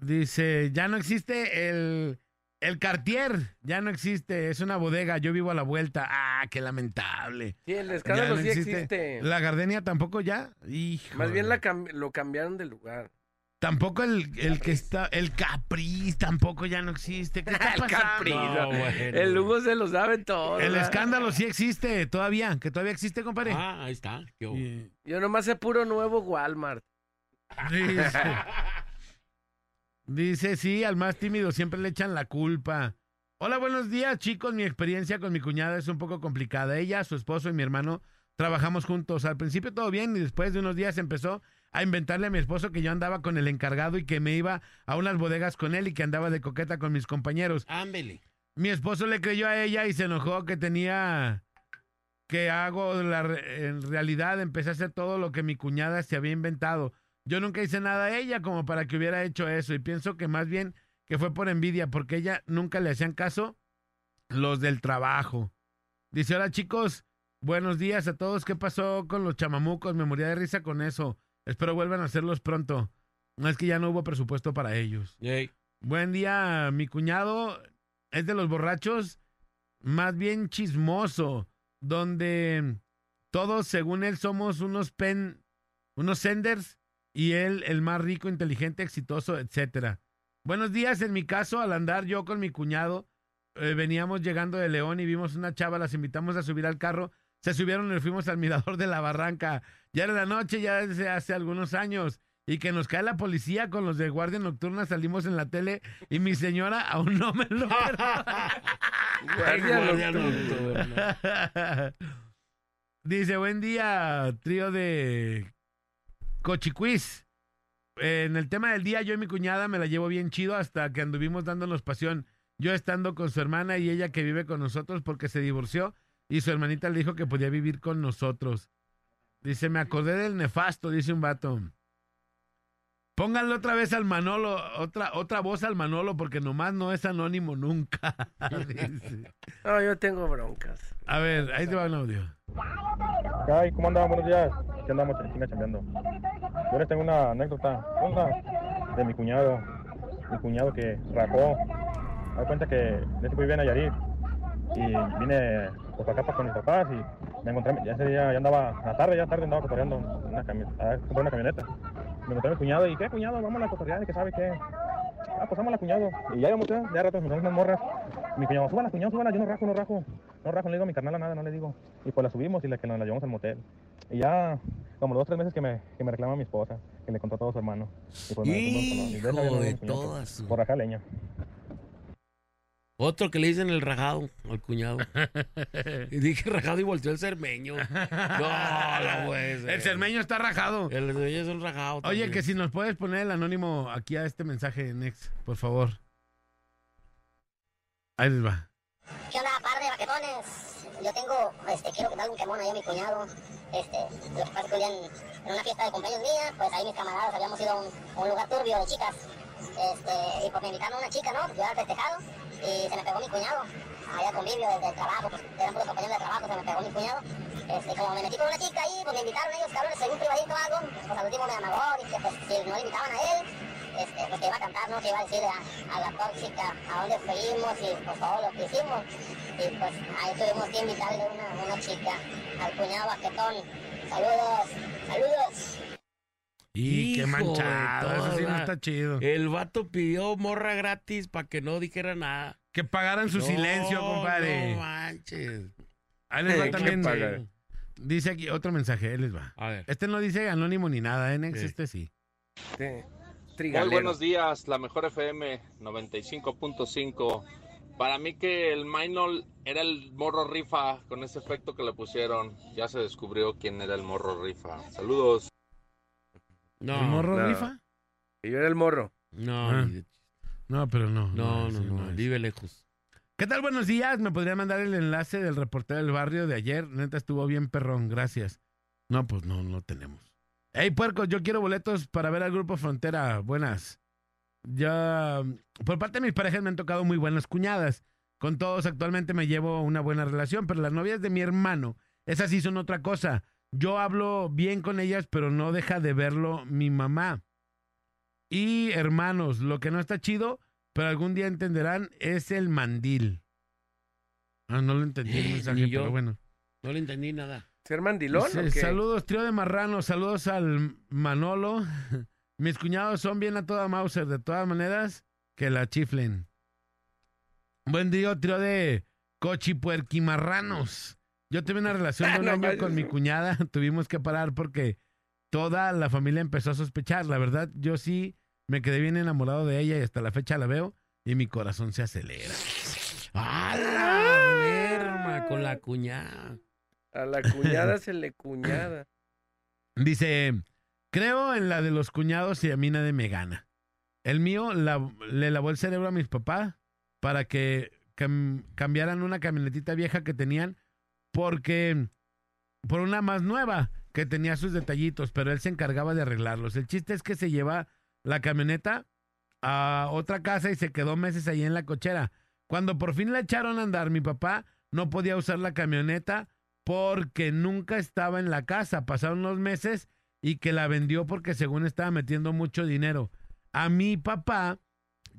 Speaker 3: Dice, ya no existe el, el cartier, ya no existe, es una bodega, yo vivo a la vuelta. Ah, qué lamentable.
Speaker 5: Sí, el escándalo sí existe.
Speaker 3: La gardenia tampoco ya. Hijo.
Speaker 5: Más bien la cam- lo cambiaron de lugar.
Speaker 3: Tampoco el, el que está, el capriz tampoco ya no existe. ¿Qué está
Speaker 5: El
Speaker 3: pasando?
Speaker 5: Capri,
Speaker 3: No,
Speaker 5: ¿no?
Speaker 3: bueno.
Speaker 5: El Lugo se lo sabe todo.
Speaker 3: El
Speaker 5: ¿verdad?
Speaker 3: escándalo sí existe todavía, que todavía existe, compadre.
Speaker 4: Ah, ahí está. qué hubo.
Speaker 3: Y-
Speaker 5: Yo nomás sé puro nuevo Walmart.
Speaker 3: Dice, dice, sí, al más tímido siempre le echan la culpa. Hola, buenos días, chicos. Mi experiencia con mi cuñada es un poco complicada. Ella, su esposo y mi hermano trabajamos juntos. Al principio todo bien y después de unos días empezó a inventarle a mi esposo que yo andaba con el encargado y que me iba a unas bodegas con él y que andaba de coqueta con mis compañeros.
Speaker 4: Ámbele.
Speaker 3: Mi esposo le creyó a ella y se enojó que tenía que hago la re- en realidad empecé a hacer todo lo que mi cuñada se había inventado. Yo nunca hice nada a ella como para que hubiera hecho eso y pienso que más bien que fue por envidia porque ella nunca le hacían caso los del trabajo. Dice, hola chicos, buenos días a todos. ¿Qué pasó con los chamamucos? Me moría de risa con eso. Espero vuelvan a hacerlos pronto. No es que ya no hubo presupuesto para ellos. Buen día, mi cuñado es de los borrachos más bien chismoso, donde todos, según él, somos unos pen, unos senders y él el más rico, inteligente, exitoso, etcétera. Buenos días, en mi caso, al andar yo con mi cuñado, eh, veníamos llegando de León y vimos una chava, las invitamos a subir al carro, se subieron y nos fuimos al mirador de la barranca. Ya era la noche, ya desde hace algunos años. Y que nos cae la policía con los de guardia nocturna, salimos en la tele y mi señora aún no me lo perdona.
Speaker 5: Guardia
Speaker 4: Guardia
Speaker 5: nocturna.
Speaker 4: nocturna.
Speaker 3: Dice, buen día, trío de Cochicuis. En el tema del día, yo y mi cuñada me la llevo bien chido hasta que anduvimos dándonos pasión. Yo estando con su hermana y ella que vive con nosotros porque se divorció y su hermanita le dijo que podía vivir con nosotros. Dice, me acordé del nefasto, dice un vato. Pónganle otra vez al Manolo, otra, otra voz al Manolo, porque nomás no es anónimo nunca. dice.
Speaker 5: No, yo tengo broncas.
Speaker 3: A ver, Eh, ahí te va un audio.
Speaker 17: ¿Qué hay? ¿Cómo andan? Buenos días. ¿Qué andamos chinga chambeando? Yo les tengo una anécdota. Una de mi cuñado. Mi cuñado que rapó. Me doy cuenta que yo fui bien a Nayarit. Y vine pues, para acá para con mis papás y me encontré, ya ese día ya andaba, a la tarde, ya tarde andaba cotorreando en una cami- a comprar una camioneta. Me encontré a mi cuñado y, ¿qué cuñado? Vamos a la cotorreada, que sabe qué. Ah, pues vamos a la cuñado. Y ya íbamos, ya de rato, nos unas morras. Mi cuñado, súbala, cuñado, súbala, yo no rajo, no rajo. No rajo, no le digo a mi carnala nada, no le digo. Y pues la subimos y la, que nos la llevamos al motel. Y ya, como los dos tres meses que me, que me reclama mi esposa, que le contó todo a su hermano. Y pues
Speaker 4: Hijo
Speaker 17: me
Speaker 4: de
Speaker 17: todas. Por rajar leña.
Speaker 4: Otro que le dicen el rajado al cuñado. y dije rajado y volteó el cermeño. No, no puede ser.
Speaker 3: El cermeño está rajado.
Speaker 4: El cermeño es un rajado.
Speaker 3: Oye,
Speaker 4: también.
Speaker 3: que si nos puedes poner el anónimo aquí a este mensaje, Next, por favor. Ahí les va.
Speaker 14: ¿Qué onda, par de vaquetones? Yo tengo, este, quiero contarle un quemón ahí a mi cuñado. Este, lo que pasa es que un día en, en una fiesta de cumpleaños mía, pues ahí mis camaradas habíamos ido a un, a un lugar turbio de chicas. Este, y pues me invitaron a una chica, ¿no? Yo era el festejado y se me pegó mi cuñado. Allá al convivio del, del trabajo, pues eran puros compañeros de trabajo, se me pegó mi cuñado. Este, como me metí con una chica ahí, pues me invitaron ellos, cabrones, según privadito o algo, pues al último me amagó, dije, pues si no le invitaban a él, este, pues que iba a cantar, ¿no? Que iba a decirle a, a la tóxica a dónde fuimos y pues todo lo que hicimos. Y pues ahí tuvimos que invitarle una, una chica al cuñado Baquetón. Saludos, saludos.
Speaker 3: Y qué
Speaker 4: Hijo de
Speaker 3: manchado, eso sí no
Speaker 4: toda.
Speaker 3: está chido.
Speaker 4: El vato pidió morra gratis para que no dijera nada.
Speaker 3: Que pagaran su
Speaker 4: No,
Speaker 3: silencio, compadre.
Speaker 4: No manches.
Speaker 3: Ahí les va
Speaker 4: Hay que
Speaker 3: también. eh,
Speaker 4: pagar.
Speaker 3: Dice aquí otro mensaje, él les va. Este no dice anónimo ni nada, ¿eh, Next?
Speaker 18: Sí.
Speaker 3: Este sí.
Speaker 18: Muy buenos días, la mejor FM 95.5. Para mí que el Minol era el morro rifa, con ese efecto que le pusieron, ya se descubrió quién era el morro rifa. Saludos.
Speaker 4: No.
Speaker 3: ¿El morro
Speaker 5: no.
Speaker 3: rifa?
Speaker 5: Que yo era el morro.
Speaker 4: No,
Speaker 3: Ah.
Speaker 4: ni de-
Speaker 3: No, pero no.
Speaker 4: no,
Speaker 3: es,
Speaker 4: no, no,
Speaker 3: es.
Speaker 4: vive lejos.
Speaker 3: ¿Qué tal? Buenos días. ¿Me podría mandar el enlace del reportero del barrio de ayer? Neta, estuvo bien perrón, gracias. No, pues no, no tenemos. Hey, puerco, yo quiero boletos para ver al Grupo Frontera. Buenas. Ya, mm, por parte de mis parejas me han tocado muy buenas cuñadas. Con todos actualmente me llevo una buena relación, pero las novias de mi hermano, esas sí son otra cosa. Yo hablo bien con ellas, pero no deja de verlo mi mamá. Y hermanos, lo que no está chido, pero algún día entenderán, es el mandil. Ah, no lo entendí el
Speaker 4: Ni
Speaker 3: mensaje,
Speaker 4: yo.
Speaker 3: pero bueno.
Speaker 4: No le entendí nada.
Speaker 5: ¿Ser mandilón
Speaker 3: Dice,
Speaker 5: o qué?
Speaker 3: Saludos, trío de marranos. Saludos al Manolo. Mis cuñados son bien a toda Mauser. De todas maneras, que la chiflen. Buen día, trío de cochipuerquimarranos. Yo tuve una relación de un
Speaker 5: No
Speaker 3: año
Speaker 5: manches.
Speaker 3: con mi cuñada. Tuvimos que parar porque toda la familia empezó a sospechar. La verdad, yo sí me quedé bien enamorado de ella y hasta la fecha la veo y mi corazón se acelera.
Speaker 5: ¡Ah!
Speaker 4: ¡A la merma! Con la cuñada.
Speaker 5: A la cuñada se le cuñada.
Speaker 3: Dice, creo en la de los cuñados y a mí nadie me gana. El mío la- le lavó el cerebro a mis papás para que cam- cambiaran una camionetita vieja que tenían porque por una más nueva que tenía sus detallitos, pero él se encargaba de arreglarlos. El chiste es que se lleva la camioneta a otra casa y se quedó meses ahí en la cochera. Cuando por fin la echaron a andar, mi papá no podía usar la camioneta porque nunca estaba en la casa. Pasaron los meses y que la vendió porque según estaba metiendo mucho dinero. A mi papá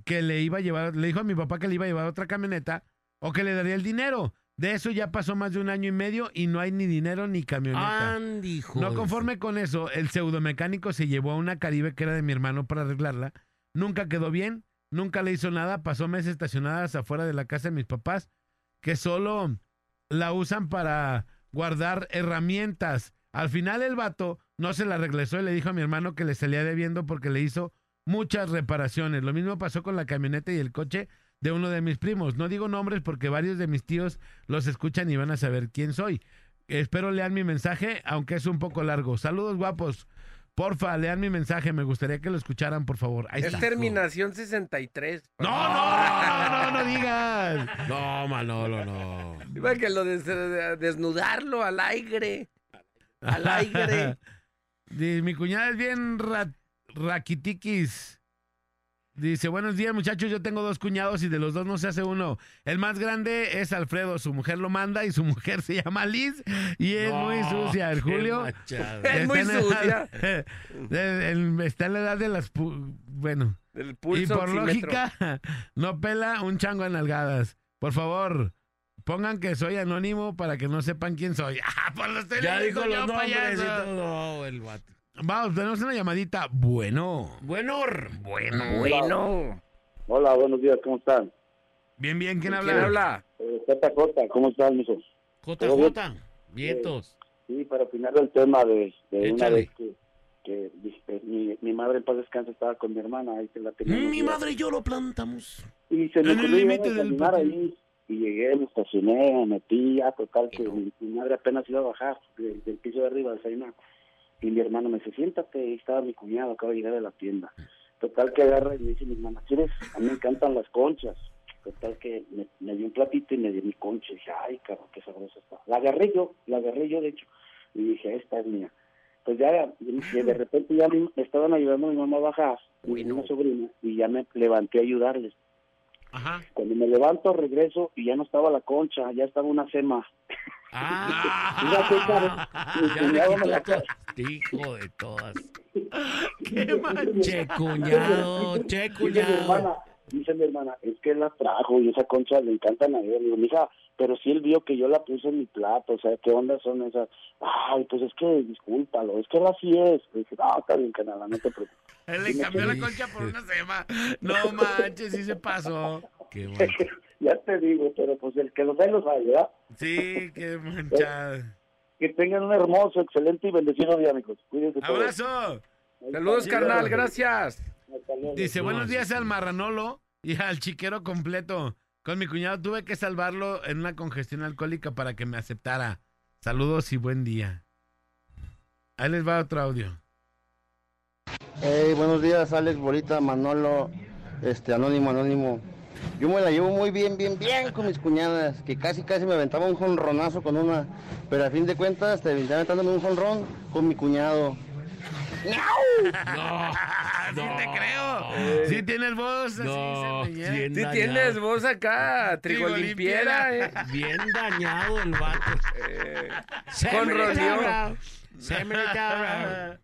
Speaker 3: que le iba a llevar, le dijo a mi papá que le iba a llevar otra camioneta o que le daría el dinero. De eso ya pasó más de un año y medio y no hay ni dinero ni camioneta.
Speaker 4: Andy, hijo
Speaker 3: No
Speaker 4: de-
Speaker 3: conforme con eso, el pseudomecánico se llevó a una Caribe que era de mi hermano para arreglarla. Nunca quedó bien, nunca le hizo nada. Pasó meses estacionadas afuera de la casa de mis papás, que solo la usan para guardar herramientas. Al final el vato no se la regresó y le dijo a mi hermano que le salía debiendo porque le hizo muchas reparaciones. Lo mismo pasó con la camioneta y el coche de uno de mis primos. No digo nombres porque varios de mis tíos los escuchan y van a saber quién soy. Espero lean mi mensaje, aunque es un poco largo. Saludos, guapos. Porfa, lean mi mensaje. Me gustaría que lo escucharan, por favor. Ahí
Speaker 5: Es
Speaker 3: está.
Speaker 5: terminación 63.
Speaker 3: No, no, no, no, no digas.
Speaker 4: No, Manolo, no.
Speaker 5: Iba que lo des- desnudarlo al aire. Al
Speaker 4: eh.
Speaker 5: aire.
Speaker 3: Dice, mi cuñada es bien ra- raquitiquis. Dice, buenos días muchachos, yo tengo dos cuñados y de los dos no se hace uno. El más grande es Alfredo, su mujer lo manda y su mujer se llama Liz y es
Speaker 4: No,
Speaker 3: muy sucia. El
Speaker 4: qué
Speaker 3: Julio
Speaker 4: machado.
Speaker 3: está
Speaker 4: Es muy
Speaker 3: en la edad-
Speaker 4: sucia.
Speaker 3: eh, el- está en la edad de las... pu- Bueno.
Speaker 5: Del
Speaker 3: y
Speaker 5: pulso
Speaker 3: por
Speaker 5: oxímetro.
Speaker 3: lógica, no pela un chango en nalgadas. Por favor, pongan que soy anónimo para que no sepan quién soy. Ah, pues lo estoy
Speaker 4: Ya
Speaker 3: leyendo
Speaker 4: dijo los
Speaker 3: yo,
Speaker 4: nombres y
Speaker 3: payaso.
Speaker 4: todo, el vato.
Speaker 3: Vamos, tenemos una llamadita. Bueno.
Speaker 4: Bueno.
Speaker 3: Bueno.
Speaker 4: Bueno.
Speaker 19: Hola, buenos días, ¿cómo están?
Speaker 3: Bien, bien, ¿quién habla?
Speaker 19: Eh, JJ, ¿cómo están, mijo? ¿Todo bien?
Speaker 4: JJ, vientos.
Speaker 19: Sí, para opinar del tema de, de una
Speaker 4: Échale.
Speaker 19: vez que, que, este, mi, mi madre en paz descansa estaba con mi hermana, ahí se la tenía.
Speaker 4: Mi madre y yo lo plantamos.
Speaker 19: Y se me
Speaker 4: En el
Speaker 19: ocurrió llegar
Speaker 4: límite
Speaker 19: a
Speaker 4: del
Speaker 19: caminar
Speaker 4: patio.
Speaker 19: ahí y llegué, me estacioné, me metí, ya total que mi, mi madre apenas iba a bajar del, del piso de arriba del Sainá. Y mi hermano me dice, siéntate, ahí estaba mi cuñado, acaba de llegar de la tienda. Total que agarra y me dice mi hermana, ¿quieres? A mí me encantan las conchas. Total que me, me dio un platito y me dio mi concha. Y dije, ay, cabrón, qué sabrosa está. La agarré yo, la agarré yo, de hecho. Y dije, esta es mía. Pues ya, de de repente ya me me estaban ayudando a mi mamá a bajar, mi una sobrina, y ya me levanté a ayudarles.
Speaker 4: Ajá.
Speaker 19: Cuando me levanto, regreso y ya no estaba la concha, ya estaba una sema.
Speaker 4: Ah,
Speaker 19: Una concha, mi cuñado me la-
Speaker 4: Hijo de todas.
Speaker 3: Qué mal.
Speaker 4: Che cuñado, che
Speaker 19: Dice mi hermana,
Speaker 4: cuñado.
Speaker 19: dice mi hermana, es que él la trajo y esa concha le encantan a él. Digo, mija, pero si él vio que yo la puse en mi plato, o sea, ¿qué onda son esas? Ay, pues es que discúlpalo, es que él así es. Le dije, no, está bien, canal, no te preocupes.
Speaker 3: Él le cambió la concha por una sema. No manches, sí se pasó.
Speaker 4: Qué
Speaker 19: ya te digo, pero pues el que los hay, los hay, ¿verdad?
Speaker 3: Sí,
Speaker 19: Eh,
Speaker 3: qué manchada.
Speaker 19: Que tengan un hermoso, excelente y bendecido día, amigos. Cuídense todos.
Speaker 3: Abrazo.
Speaker 19: Saludos, carnal,
Speaker 5: gracias.
Speaker 3: Dice,
Speaker 19: No,
Speaker 3: buenos
Speaker 19: sí,
Speaker 3: días al marranolo y al chiquero completo. Con mi cuñado tuve que salvarlo en una congestión alcohólica para que me aceptara. Saludos y buen día. Ahí les va otro audio.
Speaker 7: Hey, buenos días, Alex Borita, Manolo, este, Anónimo, Anónimo. Yo me la llevo muy bien, bien, bien con mis cuñadas, que casi, casi me aventaba un jonronazo con una, pero a fin de cuentas terminé aventándome un jonrón con mi cuñado.
Speaker 4: No, no. te
Speaker 3: creo. Sí tienes voz. así
Speaker 4: No,
Speaker 3: se meñera.
Speaker 4: bien
Speaker 5: Sí
Speaker 4: dañado.
Speaker 5: tienes voz acá, trigolimpiera, eh.
Speaker 4: Bien dañado el vato.
Speaker 3: Eh.
Speaker 4: Se
Speaker 5: Con
Speaker 4: me
Speaker 5: rodeo.
Speaker 4: tabla, Se me tabla.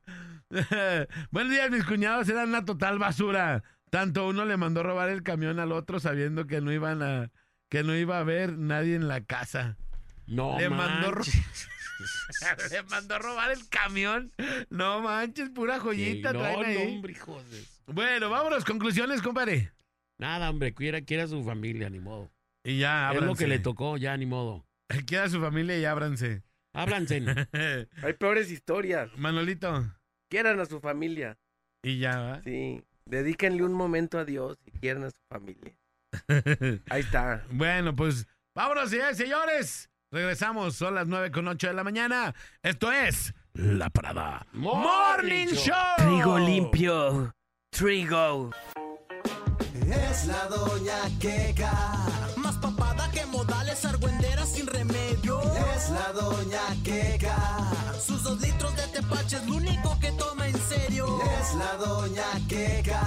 Speaker 3: Buenos días, mis cuñados eran una total basura. Tanto uno le mandó robar el camión al otro sabiendo que no iban a que no iba a haber nadie en la casa.
Speaker 4: No,
Speaker 3: le mandó ro-
Speaker 4: manches.
Speaker 3: le mandó a robar el camión. No manches, pura joyita
Speaker 4: no,
Speaker 3: traen ahí.
Speaker 4: hombre, hijos de-
Speaker 3: Bueno, vámonos, conclusiones, compadre.
Speaker 4: Nada, hombre, quiera, quiera su familia, ni modo.
Speaker 3: Y ya,
Speaker 4: Es lo
Speaker 3: ábranse.
Speaker 4: que le tocó, ya, ni modo.
Speaker 3: Queda su familia y ábranse.
Speaker 4: Ábranse.
Speaker 5: Hay peores historias.
Speaker 3: Manolito.
Speaker 5: Quieran a su familia.
Speaker 3: Y ya, ¿va?
Speaker 5: Sí. Dedíquenle un momento a Dios y quieran a su familia. Ahí está.
Speaker 3: Bueno, pues vámonos, señores, señores. Regresamos, son las 9 con 8 de la mañana. Esto es La Parada Morning Show.
Speaker 5: Trigo limpio. Trigo.
Speaker 8: Es la doña queca.
Speaker 1: Más papada que modales, argüenderas sin remedio.
Speaker 8: Es la doña queca.
Speaker 1: Sus dos litros de tepache es lo único que toma en serio.
Speaker 8: Es la doña queca.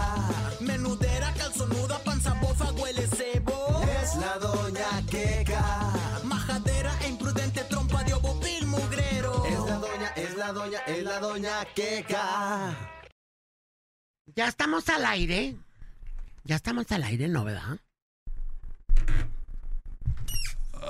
Speaker 1: Menudera, calzonuda, panza bofa, huele cebo.
Speaker 8: Es la doña queca.
Speaker 1: Majadera e imprudente, trompa de ovo, pil mugrero.
Speaker 8: Es la doña, es la doña, es la doña queca.
Speaker 7: Ya estamos al aire. Ya estamos al aire, ¿no, verdad?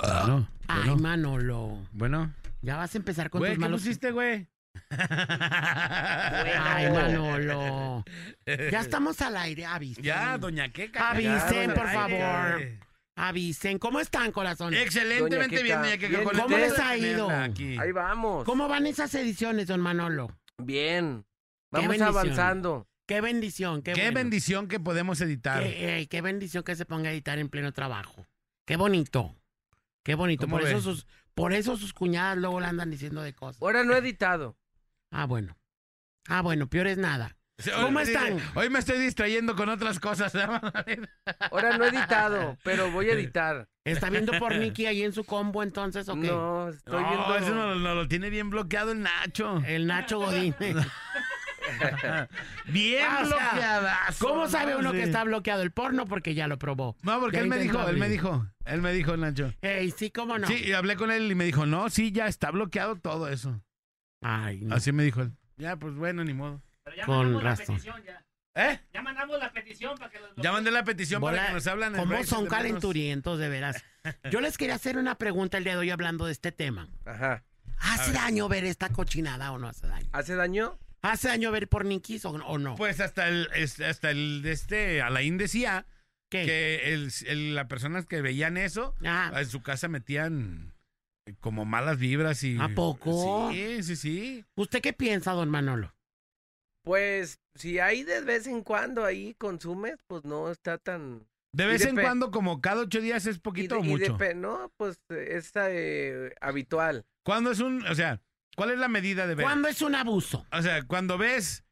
Speaker 3: Bueno,
Speaker 7: Ay, Manolo.
Speaker 3: bueno.
Speaker 7: Ya vas a empezar con
Speaker 3: Güey,
Speaker 7: tus
Speaker 3: ¿qué
Speaker 7: malos...
Speaker 3: pusiste, güey?
Speaker 7: Ay, Manolo. Ya estamos al aire, avisen.
Speaker 3: Ya, doña Queca.
Speaker 7: Avisen,
Speaker 3: Ya,
Speaker 7: por
Speaker 3: al
Speaker 7: favor.
Speaker 3: aire.
Speaker 7: Avisen. ¿Cómo están, corazón?
Speaker 3: Excelentemente Doña bien, Queca. doña Queca, Bien, con el
Speaker 7: ¿Cómo
Speaker 3: gusto
Speaker 7: les
Speaker 3: de
Speaker 7: ha ido?
Speaker 3: tenerla aquí.
Speaker 5: Ahí vamos.
Speaker 7: ¿Cómo van esas ediciones, don Manolo?
Speaker 5: Bien.
Speaker 7: Qué
Speaker 5: Vamos
Speaker 7: bendición.
Speaker 5: avanzando.
Speaker 7: Qué bendición, qué,
Speaker 3: Qué
Speaker 7: bueno.
Speaker 3: bendición que podemos editar.
Speaker 7: Qué, ey, qué bendición que se ponga a editar en pleno trabajo. Qué bonito. Qué bonito.
Speaker 3: ¿Cómo
Speaker 7: Por eso,
Speaker 3: ve?
Speaker 7: sus,
Speaker 4: Por eso sus cuñadas luego le andan diciendo de cosas.
Speaker 5: Ahora no editado.
Speaker 4: Ah, bueno. Ah, bueno, peor es nada. ¿Cómo están?
Speaker 3: Hoy me estoy distrayendo con otras cosas.
Speaker 5: Ahora no he editado, pero voy a editar.
Speaker 4: ¿Está viendo por Nicky ahí en su combo entonces o qué?
Speaker 5: No, estoy
Speaker 3: No,
Speaker 5: viendo-
Speaker 3: eso no, no, lo tiene bien bloqueado el Nacho.
Speaker 4: El Nacho Godín.
Speaker 3: Bien
Speaker 4: Ah, O sea,
Speaker 3: bloqueadazo,
Speaker 4: ¿Cómo sabe
Speaker 3: no,
Speaker 4: uno
Speaker 3: sí.
Speaker 4: que está bloqueado el porno? Porque ya lo probó.
Speaker 3: No, porque
Speaker 4: Ya
Speaker 3: él me dijo,
Speaker 4: intentó
Speaker 3: él me
Speaker 4: abrir.
Speaker 3: dijo, él me dijo, Nacho.
Speaker 4: Ey, sí, cómo no.
Speaker 3: Sí, y hablé con él y me dijo, no, sí, ya está bloqueado todo eso.
Speaker 4: Ay, no.
Speaker 3: Así me dijo él. Ya, pues bueno, ni modo.
Speaker 4: Con razón.
Speaker 3: ¿Eh?
Speaker 20: Ya mandamos la petición para que los...
Speaker 3: Ya mandé la petición para
Speaker 4: Bola-
Speaker 3: que nos hablan. en
Speaker 4: ¿Cómo
Speaker 3: breaks,
Speaker 4: son
Speaker 3: hermanos.
Speaker 4: calenturientos, de veras? Yo les quería hacer una pregunta el día de hoy hablando de este tema.
Speaker 5: Ajá.
Speaker 3: Ah,
Speaker 4: ¿Hace daño ver esta cochinada o no hace daño?
Speaker 5: ¿Hace daño?
Speaker 4: ¿Hace daño ver por Nikis o, o no?
Speaker 3: Pues hasta el, es- hasta el de este Alain decía que el, el- las personas que veían eso
Speaker 4: Ah.
Speaker 3: en su casa metían eh, como malas vibras y.
Speaker 4: ¿A poco?
Speaker 3: Sí, sí, sí.
Speaker 4: ¿Usted qué piensa, don Manolo?
Speaker 5: Pues si hay de vez en cuando ahí consumes, pues no está tan...
Speaker 3: De
Speaker 5: Y
Speaker 3: vez en
Speaker 5: depe-
Speaker 3: cuando, como cada ocho días, es
Speaker 5: y
Speaker 3: poquito
Speaker 5: de-
Speaker 3: o
Speaker 5: y
Speaker 3: mucho.
Speaker 5: depe- no, pues es eh, habitual.
Speaker 3: ¿Cuándo es un, o sea, cuál es la medida de ver?
Speaker 4: ¿Cuándo es un abuso?
Speaker 3: O sea, cuando ves,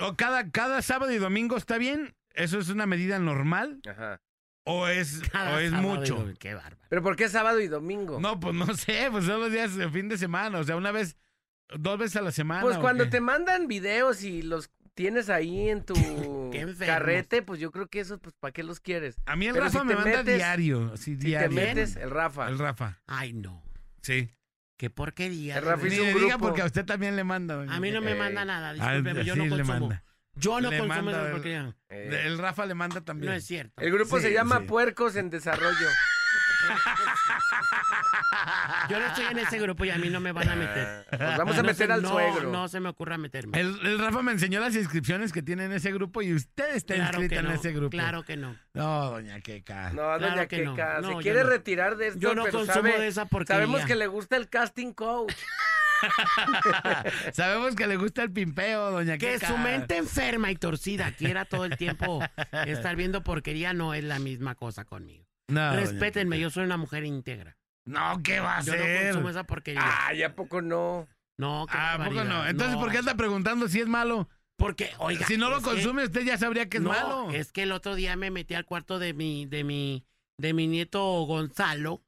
Speaker 3: o cada, cada sábado y domingo está bien, ¿eso es una medida normal? ¿O es,
Speaker 5: Cada
Speaker 3: o
Speaker 20: Ah,
Speaker 3: es
Speaker 5: sábado y
Speaker 3: mucho?
Speaker 5: domingo, qué bárbaro. ¿Pero por qué sábado y domingo?
Speaker 3: No, pues no sé, pues son los días de fin de semana, o sea, una vez, dos veces a la semana.
Speaker 5: Pues
Speaker 3: ¿o
Speaker 5: cuando
Speaker 3: qué?
Speaker 5: te mandan videos y los tienes ahí en tu
Speaker 3: Qué enfermos.
Speaker 5: carrete, pues yo creo que eso, pues ¿para qué los quieres?
Speaker 3: A mí el
Speaker 5: Pero
Speaker 3: Rafa
Speaker 5: si
Speaker 3: me
Speaker 5: te
Speaker 3: manda
Speaker 5: metes-
Speaker 3: diario, así, diario.
Speaker 5: Si te metes, el Rafa.
Speaker 3: El Rafa,
Speaker 4: Ay, no.
Speaker 3: sí.
Speaker 4: ¿Qué porquería?
Speaker 3: El
Speaker 4: de
Speaker 3: Rafa
Speaker 4: verdad.
Speaker 3: Ni le diga porque a usted también le manda. doña.
Speaker 4: A mí no me
Speaker 3: Eh.
Speaker 4: manda nada,
Speaker 3: Ah,
Speaker 4: discúlpeme, yo no
Speaker 3: sí, le
Speaker 4: consumo.
Speaker 3: manda.
Speaker 4: Yo no
Speaker 3: Le
Speaker 4: consumo
Speaker 3: manda
Speaker 4: esas
Speaker 3: el-
Speaker 4: porquerías.
Speaker 3: Eh, El Rafa le manda también.
Speaker 4: No es cierto.
Speaker 5: El grupo se
Speaker 3: Sí,
Speaker 5: llama
Speaker 3: sí.
Speaker 5: Puercos en Desarrollo.
Speaker 4: Yo no estoy en ese grupo y a mí no me van a meter.
Speaker 5: Nos vamos a
Speaker 4: No
Speaker 5: meter
Speaker 4: se-
Speaker 5: al
Speaker 4: no,
Speaker 5: suegro.
Speaker 4: No se me ocurra meterme.
Speaker 3: El, el Rafa me enseñó las inscripciones que tiene en ese grupo y usted está
Speaker 4: Claro que
Speaker 3: inscrita
Speaker 4: no,
Speaker 3: en ese grupo.
Speaker 4: Claro que no.
Speaker 3: No, doña Queca.
Speaker 5: No,
Speaker 4: Claro
Speaker 5: doña
Speaker 4: que no.
Speaker 5: Queca,
Speaker 4: No,
Speaker 5: se
Speaker 4: yo
Speaker 5: quiere
Speaker 4: no.
Speaker 5: retirar de esto,
Speaker 4: Yo no
Speaker 5: pero
Speaker 4: consumo
Speaker 5: sabe-
Speaker 4: de esa porquería.
Speaker 5: Sabemos que le gusta el casting coach.
Speaker 3: Sabemos que le gusta el pimpeo, doña
Speaker 4: Que
Speaker 3: Queca.
Speaker 4: su mente enferma y torcida quiera todo el tiempo estar viendo porquería no es la misma cosa conmigo.
Speaker 3: No, doña
Speaker 4: Respétenme, yo soy una mujer íntegra.
Speaker 3: No, ¿qué va a
Speaker 4: yo
Speaker 3: ser?
Speaker 4: no consumo esa porquería.
Speaker 5: Ah, ¿ya poco no?
Speaker 4: No, qué
Speaker 3: ¿A poco
Speaker 4: barbaridad.
Speaker 3: no? Entonces, ¿por qué anda preguntando si es malo?
Speaker 4: Porque, oiga,
Speaker 3: Si no lo
Speaker 4: es que-
Speaker 3: consume, usted ya sabría que es
Speaker 4: No,
Speaker 3: malo.
Speaker 4: Es que el otro día me metí al cuarto de mi, de mi, de mi nieto Gonzalo,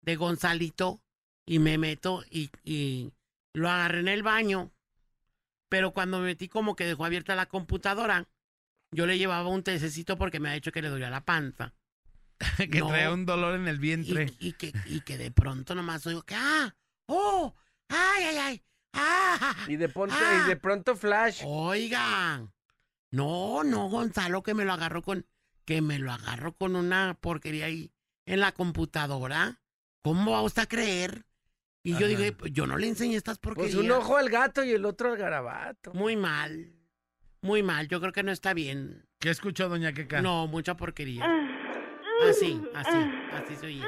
Speaker 4: de Gonzalito, y me meto y, y lo agarré en el baño. Pero cuando me metí, como que dejó abierta la computadora, yo le llevaba un tececito porque me ha dicho que le dolía la panza.
Speaker 3: que
Speaker 4: no.
Speaker 3: trae un dolor en el vientre.
Speaker 4: Y, y que, y que de pronto nomás oigo que, ¡ah! ¡Oh! ¡Ay, ay, ay! ¡Ah!
Speaker 5: Y de, pronto,
Speaker 4: Ah.
Speaker 5: y de pronto Flash.
Speaker 4: Oigan, no, no, Gonzalo, que me lo agarró con, que me lo agarró con una porquería ahí en la computadora. ¿Cómo va usted a creer? Y yo
Speaker 5: Ajá.
Speaker 4: dije, yo no le enseñé estas
Speaker 5: Pues
Speaker 4: porquerías.
Speaker 5: un ojo al gato y el otro al garabato.
Speaker 4: Muy mal, muy mal. Yo creo que no está bien.
Speaker 3: ¿Qué escuchó, doña Queca?
Speaker 4: No, mucha porquería. Así, así, así se oía.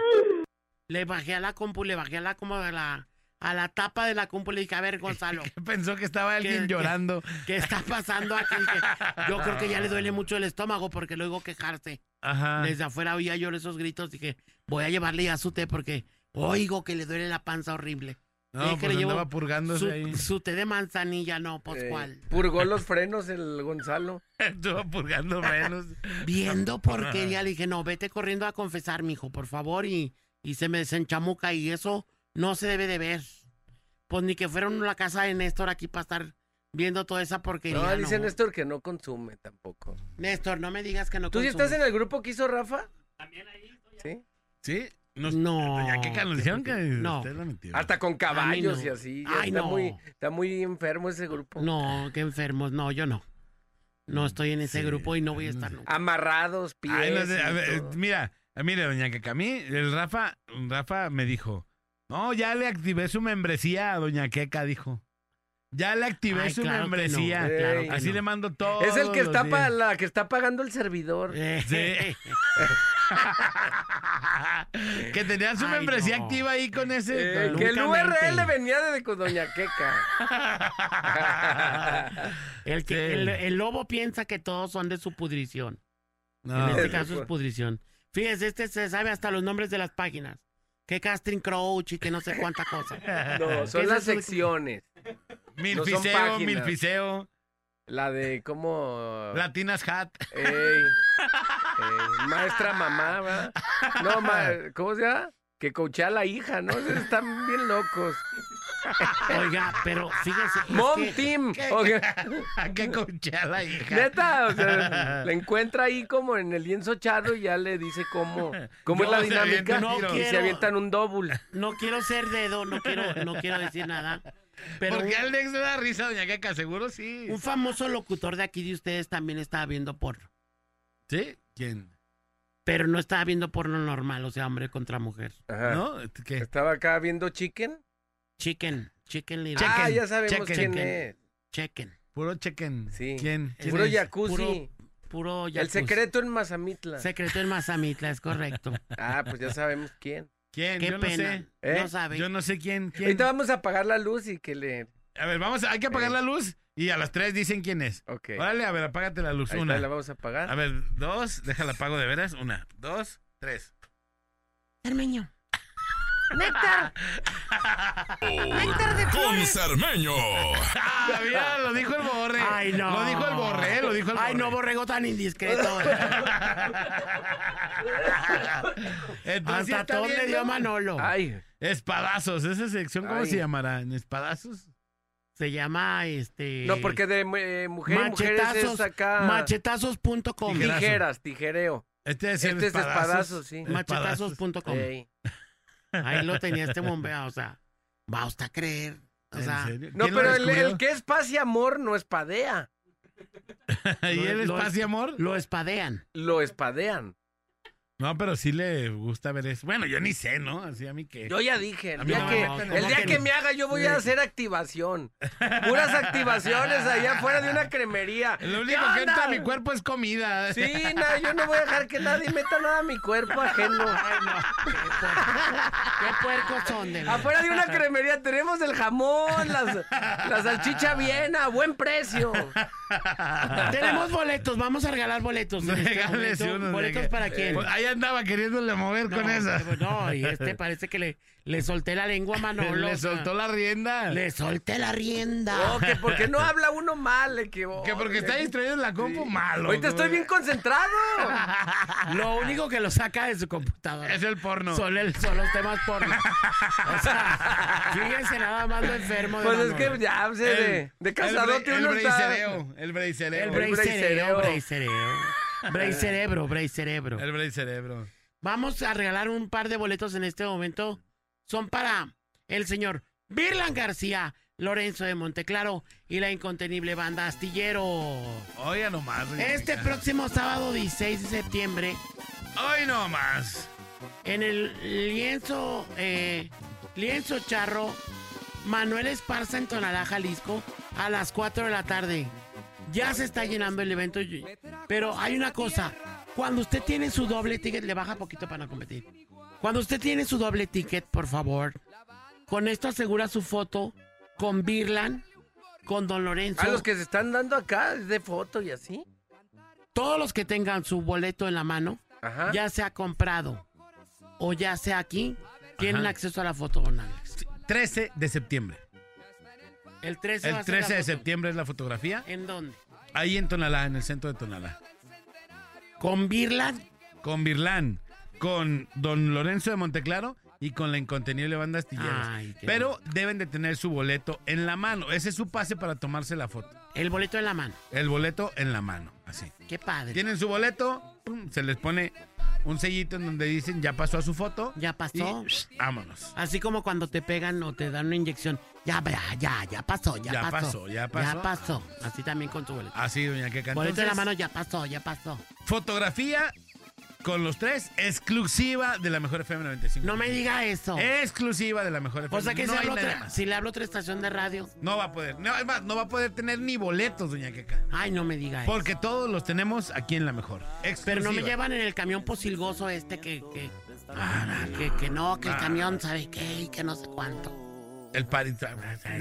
Speaker 4: Le bajé a la compu, le bajé a la como a la, a la tapa de la compu, le dije, a ver, Gonzalo.
Speaker 3: Pensó que estaba alguien
Speaker 4: ¿Qué- qué-
Speaker 3: llorando.
Speaker 4: ¿Qué está pasando aquí? Que Yo creo que ya le duele mucho el estómago porque lo oigo quejarse.
Speaker 3: Ajá.
Speaker 4: Desde afuera oía yo esos gritos. Dije, voy a llevarle ya su té porque oigo que le duele la panza horrible.
Speaker 3: No,
Speaker 4: Le dije,
Speaker 3: pues
Speaker 4: le llevo
Speaker 3: andaba purgándose
Speaker 4: su,
Speaker 3: ahí.
Speaker 4: su té de manzanilla, no, pues
Speaker 5: Eh,
Speaker 4: cuál.
Speaker 5: Purgó los frenos el Gonzalo.
Speaker 3: Estuvo purgando menos.
Speaker 4: Viendo
Speaker 3: Ah.
Speaker 4: porquería, le dije, no, vete corriendo a confesar, mijo, por favor. Y, y se me desenchamuca y eso no se debe de ver. Pues ni que fueron a la casa de Néstor aquí para estar viendo toda esa porquería.
Speaker 5: No, dice
Speaker 4: no.
Speaker 5: Néstor que no consume tampoco.
Speaker 4: Néstor, no me digas que no
Speaker 5: ¿Tú sí
Speaker 4: consumes.
Speaker 5: estás en el grupo que hizo Rafa? También ahí.
Speaker 3: ¿Sí? Nos-
Speaker 4: No.
Speaker 3: Doña Queca nos dijeron que
Speaker 4: No.
Speaker 3: usted la
Speaker 5: ¿Sí?
Speaker 3: mintió.
Speaker 5: Hasta con caballos
Speaker 4: no.
Speaker 5: y así. ya
Speaker 4: Ay,
Speaker 5: está,
Speaker 4: no.
Speaker 5: muy, está muy enfermo ese grupo.
Speaker 4: No, qué enfermos. No, yo no.
Speaker 3: Mm,
Speaker 4: No estoy en ese grupo y no voy a estar nunca.
Speaker 5: Amarrados, pies.
Speaker 3: Ay, no sé,
Speaker 5: y
Speaker 3: a ver,
Speaker 5: todo.
Speaker 3: eh, mira, eh, mire, doña Queca, a mí el Rafa, Rafa me dijo, no, ya le activé su membresía a doña Queca, dijo. Ya le activé
Speaker 4: Ay,
Speaker 3: su
Speaker 4: claro que no,
Speaker 3: membresía.
Speaker 5: claro que
Speaker 3: Así
Speaker 4: no.
Speaker 3: le mando todo.
Speaker 5: es el que está pa- la que está pagando el servidor.
Speaker 3: Sí. que tenía su
Speaker 5: Ay,
Speaker 3: membresía
Speaker 5: no.
Speaker 3: activa ahí con ese.
Speaker 5: Eh,
Speaker 3: con-
Speaker 5: que el
Speaker 3: Nunca
Speaker 5: URL
Speaker 3: mente.
Speaker 5: venía de con Doña Queca.
Speaker 4: El, que,
Speaker 3: ah. Sí.
Speaker 4: el, el lobo piensa que todos son de su pudrición.
Speaker 3: No. este
Speaker 5: pues,
Speaker 4: En este caso es pudrición. Fíjese, este se sabe hasta los nombres de las páginas. que casting Crouch y que no sé cuánta cosa.
Speaker 5: No, son las
Speaker 4: Esas
Speaker 5: secciones.
Speaker 4: Milficeo,
Speaker 3: milficeo.
Speaker 5: La de cómo.
Speaker 3: Latinas Hat.
Speaker 5: Ey, ey, maestra mamá, ¿verdad? No, ma- ¿cómo se llama? Que coachea a la hija, ¿no? Esos Están bien locos.
Speaker 4: Oiga, pero fíjese. es
Speaker 5: Mom
Speaker 4: que-
Speaker 5: Team.
Speaker 4: que-
Speaker 3: que coachea la hija.
Speaker 5: Neta, o sea, la encuentra ahí como en el lienzo charro y ya le dice cómo, cómo
Speaker 4: No,
Speaker 5: es la
Speaker 4: se
Speaker 5: dinámica.
Speaker 4: avientan tiros.
Speaker 5: y se avientan un double.
Speaker 4: No quiero ser dedo, no quiero, no quiero decir nada. Pero
Speaker 3: Porque
Speaker 4: un,
Speaker 3: al ex le da risa, doña Queca, seguro sí.
Speaker 4: un famoso locutor de aquí de ustedes también estaba viendo porno.
Speaker 3: ¿Sí? ¿Quién?
Speaker 4: Pero no estaba viendo porno normal, o sea, hombre contra mujer.
Speaker 5: Ajá.
Speaker 3: ¿No? ¿Qué?
Speaker 5: Estaba acá viendo Chicken.
Speaker 4: Chicken, Chicken Little.
Speaker 5: Ah, ya sabemos
Speaker 4: Chicken,
Speaker 5: quién
Speaker 4: Chicken,
Speaker 5: es.
Speaker 4: Chicken.
Speaker 3: Puro chequen.
Speaker 5: Sí.
Speaker 3: ¿Quién? ¿Quién
Speaker 5: Puro
Speaker 3: es?
Speaker 5: jacuzzi.
Speaker 4: Este Puro, puro
Speaker 5: El
Speaker 4: jacuzzi.
Speaker 5: secreto en Mazamitla.
Speaker 4: Secreto en Mazamitla, es correcto.
Speaker 5: Ah, pues ya sabemos quién.
Speaker 3: ¿Quién?
Speaker 4: Qué
Speaker 3: Yo
Speaker 4: pena.
Speaker 3: no sé.
Speaker 5: ¿Eh?
Speaker 4: No sabe.
Speaker 3: Yo no sé quién. quién.
Speaker 5: Ahorita vamos a apagar la luz y que le.
Speaker 3: A ver, vamos, a- hay que apagar la luz y a las tres dicen quién es.
Speaker 5: Ok.
Speaker 3: Órale, a ver, apágate la luz.
Speaker 5: Ahí
Speaker 3: una.
Speaker 5: está, la vamos a apagar.
Speaker 3: A ver, dos, déjala apago de veras. Una, dos, tres.
Speaker 4: Cermeño.
Speaker 14: Néctar.
Speaker 2: Con Cermeño.
Speaker 3: Ah, mira, lo dijo el borre.
Speaker 4: Ay, no.
Speaker 3: Lo dijo el borre, lo dijo el borre.
Speaker 4: Ay, no, borrego tan indiscreto.
Speaker 3: Entonces,
Speaker 4: Hasta
Speaker 3: está
Speaker 4: todo
Speaker 3: bien,
Speaker 4: le dio
Speaker 3: ¿no?
Speaker 4: Manolo.
Speaker 5: Ay,
Speaker 3: Espadazos, esa sección, ¿cómo
Speaker 5: Ay.
Speaker 3: se llamará? ¿En espadazos?
Speaker 4: Se llama este.
Speaker 5: no, porque de eh, mujer y mujeres
Speaker 4: machetazos.
Speaker 5: es acá.
Speaker 4: Machetazos.com.
Speaker 5: Tijeras, tijereo.
Speaker 3: Este es, el
Speaker 5: Este es espadazos, sí.
Speaker 3: Espadazos.
Speaker 4: Machetazos.com.
Speaker 5: Ey.
Speaker 4: Ahí lo tenía este bombea, o sea, va usted a creer. O
Speaker 3: ¿En
Speaker 4: sea,
Speaker 3: serio?
Speaker 5: No,
Speaker 3: ¿Quién lo
Speaker 5: pero el,
Speaker 3: descubrió?
Speaker 5: el que es paz y amor no espadea,
Speaker 3: ¿Y el
Speaker 4: lo-
Speaker 3: espacio, amor?
Speaker 4: lo espadean.
Speaker 5: lo espadean.
Speaker 3: No, pero sí le gusta ver eso. Bueno, yo ni sé, ¿no? Así a mí que.
Speaker 5: Yo ya dije,
Speaker 3: A
Speaker 5: el
Speaker 3: mí
Speaker 5: día,
Speaker 3: no me
Speaker 5: que,
Speaker 3: metan,
Speaker 5: el
Speaker 3: no
Speaker 5: día
Speaker 3: me
Speaker 5: que me haga yo voy a hacer activación. Puras activaciones allá afuera de una cremería.
Speaker 3: Lo
Speaker 5: ¿Qué
Speaker 3: único que
Speaker 5: onda?
Speaker 3: entra a mi cuerpo es comida.
Speaker 5: Sí, no, yo no voy a dejar que nadie meta nada a mi cuerpo ajeno.
Speaker 4: Qué puercos son de verdad.
Speaker 5: Afuera de una cremería tenemos el jamón, las, la salchicha viena, a buen precio.
Speaker 4: Tenemos boletos, vamos a regalar boletos. en este
Speaker 3: Regálese
Speaker 4: momento.
Speaker 3: unos,
Speaker 4: ¿Boletos
Speaker 3: venga.
Speaker 4: para quién?
Speaker 3: Pues ahí andaba queriéndole mover
Speaker 4: No,
Speaker 3: con esa.
Speaker 4: pero no, y este parece que le, le solté la lengua a Manolo. o
Speaker 3: le
Speaker 4: sea,
Speaker 3: soltó la rienda.
Speaker 4: le solté la rienda.
Speaker 5: No, Oh, que porque no habla uno mal, eh, que,
Speaker 3: Que porque está distraído en la compu, malo.
Speaker 5: Ahorita estoy bien concentrado.
Speaker 4: Lo único que lo saca de su computadora
Speaker 3: Es el porno.
Speaker 4: son, el- son los temas porno. O sea, fíjense nada más lo enfermo de
Speaker 5: Pues es
Speaker 4: Manolo.
Speaker 5: que ya, o sea, de, de
Speaker 3: el,
Speaker 5: casadote
Speaker 3: bre- el
Speaker 5: uno está...
Speaker 3: breicereo, El breicereo.
Speaker 4: El
Speaker 5: Bray-
Speaker 4: Bray cerebro,
Speaker 5: Cerebro.
Speaker 4: Bray cerebro. Bray cerebro, Bray cerebro.
Speaker 3: El breicerebro.
Speaker 4: Vamos a regalar un par de boletos en este momento. Son para el señor Virlan García, Lorenzo de Monteclaro y la incontenible banda Astillero.
Speaker 3: Oiga nomás. doña
Speaker 4: Este
Speaker 3: Mica.
Speaker 4: próximo sábado 16 de septiembre
Speaker 3: Hoy nomás.
Speaker 4: en el lienzo, eh, lienzo charro, Manuel Esparza en Tonalá, Jalisco, a las 4 de la tarde. Ya se está llenando el evento, y- pero hay una cosa, cuando usted tiene su doble ticket, le baja poquito para no competir. Cuando usted tiene su doble ticket, por favor, con esto asegura su foto con Birlan, con Don Lorenzo.
Speaker 5: A los que se están dando acá de foto y así.
Speaker 4: Todos los que tengan su boleto en la mano,
Speaker 5: Ajá.
Speaker 4: ya sea comprado o ya sea aquí, tienen
Speaker 3: Ajá.
Speaker 4: acceso a la foto con Alex.
Speaker 3: 13 de septiembre.
Speaker 4: El 13, va
Speaker 3: El
Speaker 4: a ser la
Speaker 3: 13 de
Speaker 4: foto.
Speaker 3: septiembre es la fotografía.
Speaker 4: ¿En dónde?
Speaker 3: Ahí en Tonalá, en el centro de Tonalá.
Speaker 4: Con Birlan.
Speaker 3: Con Virlán, con Don Lorenzo de Monteclaro y con la incontenible banda Astilleros.
Speaker 4: Ay, qué
Speaker 3: Pero deben de tener su boleto en la mano. Ese es su pase para tomarse la foto.
Speaker 4: El boleto en la mano.
Speaker 3: El boleto en la mano, así.
Speaker 4: Qué padre.
Speaker 3: Tienen su boleto, pum, se les pone un sellito en donde dicen ya pasó a su foto.
Speaker 4: Ya pasó.
Speaker 3: Y, shh, vámonos.
Speaker 4: Así como cuando te pegan o te dan una inyección. Ya, ya, ya, ya pasó, ya,
Speaker 3: Ya
Speaker 4: pasó.
Speaker 3: pasó, ya pasó.
Speaker 4: Ya pasó. Así también con tu boleto.
Speaker 3: Así, doña Queca.
Speaker 4: boleto en la
Speaker 3: Entonces,
Speaker 4: mano, ya pasó, ya pasó.
Speaker 3: Fotografía con los tres, exclusiva de la mejor FM 95.
Speaker 4: No me diga eso.
Speaker 3: Exclusiva de la mejor FM.
Speaker 4: O sea que
Speaker 3: no
Speaker 4: si,
Speaker 3: hay
Speaker 4: hablo
Speaker 3: nada
Speaker 4: otra-
Speaker 3: más.
Speaker 4: si le hablo a otra estación de radio.
Speaker 3: No va a poder. No, es más, no va a poder tener ni boletos, doña Queca.
Speaker 4: Ay, no me diga eso.
Speaker 3: Porque todos los tenemos aquí en la mejor.
Speaker 4: Pero no me
Speaker 3: Exclusiva.
Speaker 4: llevan en el camión posilgoso este que. que, que, que no,
Speaker 3: Ah.
Speaker 4: que el camión sabe qué y que no sé cuánto.
Speaker 3: El party.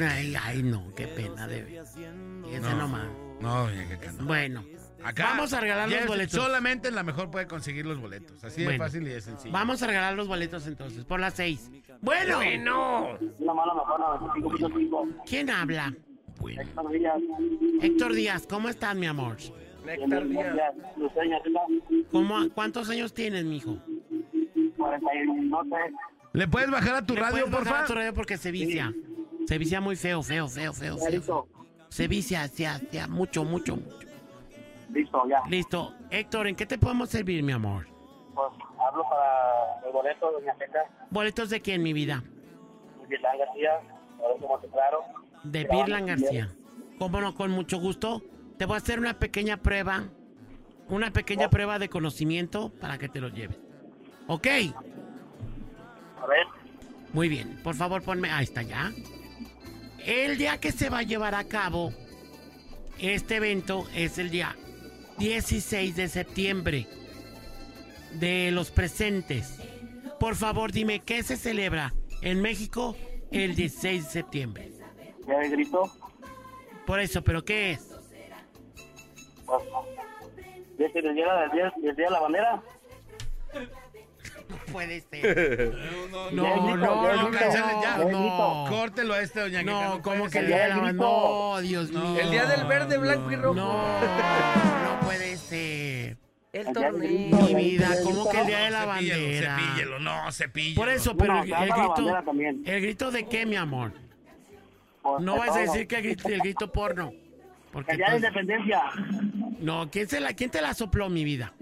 Speaker 4: Ay, ay, no, qué pena de ver. Ese
Speaker 3: No.
Speaker 4: nomás.
Speaker 3: No, doña Queca, no.
Speaker 4: Bueno,
Speaker 3: Acá
Speaker 4: Vamos a regalar los
Speaker 3: Jeff
Speaker 4: boletos.
Speaker 3: Solamente en la mejor puede conseguir los boletos. Así de
Speaker 4: Bueno.
Speaker 3: fácil y de sencillo.
Speaker 4: Vamos a regalar los boletos entonces, por las seis. Bueno.
Speaker 3: Bueno.
Speaker 4: ¿Quién habla? Héctor Díaz. Héctor Díaz, ¿cómo estás, mi amor?
Speaker 5: Néctar Díaz.
Speaker 4: ¿Cómo, ¿Cuántos años tienes, mijo?
Speaker 3: ¿Le puedes bajar a tu
Speaker 4: ¿Le
Speaker 3: radio,
Speaker 4: puedes bajar
Speaker 3: porfa?
Speaker 4: a tu radio porque se vicia. Se vicia muy feo, feo, feo, feo, feo. Se vicia, hacia, hacia, mucho, mucho, mucho.
Speaker 19: Listo, ya.
Speaker 4: Listo. Héctor, ¿en qué te podemos servir, mi amor?
Speaker 19: Pues hablo para el boleto, doña Peca,
Speaker 4: ¿Boletos de quién, mi vida?
Speaker 19: Virlán García, a ver cómo se claro.
Speaker 4: De Birlan García. ¿Cómo no? Con mucho gusto. Te voy a hacer una pequeña prueba. Una pequeña prueba de conocimiento para que te lo lleves. ¿Ok?
Speaker 19: A ver,
Speaker 4: Muy bien, por favor ponme. Ahí está ya. El día que se va a llevar a cabo este evento es el día 16 de septiembre de los presentes. Por favor, dime qué se celebra en México el 16 de septiembre.
Speaker 19: ya de grito.
Speaker 4: Por eso, ¿pero qué es?
Speaker 19: Pues, ya se les llega el día, el día de la bandera.
Speaker 4: Puede
Speaker 3: No,
Speaker 4: No, no, no, no,
Speaker 3: cancelen ya.
Speaker 4: no.
Speaker 3: Córtelo a este, doña
Speaker 4: No,
Speaker 3: Queca,
Speaker 4: ¿cómo
Speaker 3: puede
Speaker 4: que
Speaker 3: ser.
Speaker 4: el día de la bandera? No, Oh, Dios mío.
Speaker 5: El día del verde, blanco y rojo.
Speaker 4: No, no puede ser.
Speaker 5: El torneo.
Speaker 4: Mi vida, ¿cómo que el día de la
Speaker 3: Cepíllelo,
Speaker 4: bandera?
Speaker 3: cepíllelo, no, cepíllelo.
Speaker 4: Por eso, pero
Speaker 3: No,
Speaker 4: el,
Speaker 3: se llama
Speaker 4: el
Speaker 3: la bandera
Speaker 4: grito. ¿El grito de qué, mi amor? No
Speaker 3: de
Speaker 4: vas a
Speaker 3: todo.
Speaker 4: decir que el grito, el grito porno. Porque
Speaker 19: El día de la
Speaker 4: entonces-
Speaker 19: independencia.
Speaker 4: no, ¿quién, se la, ¿quién te la sopló, mi vida?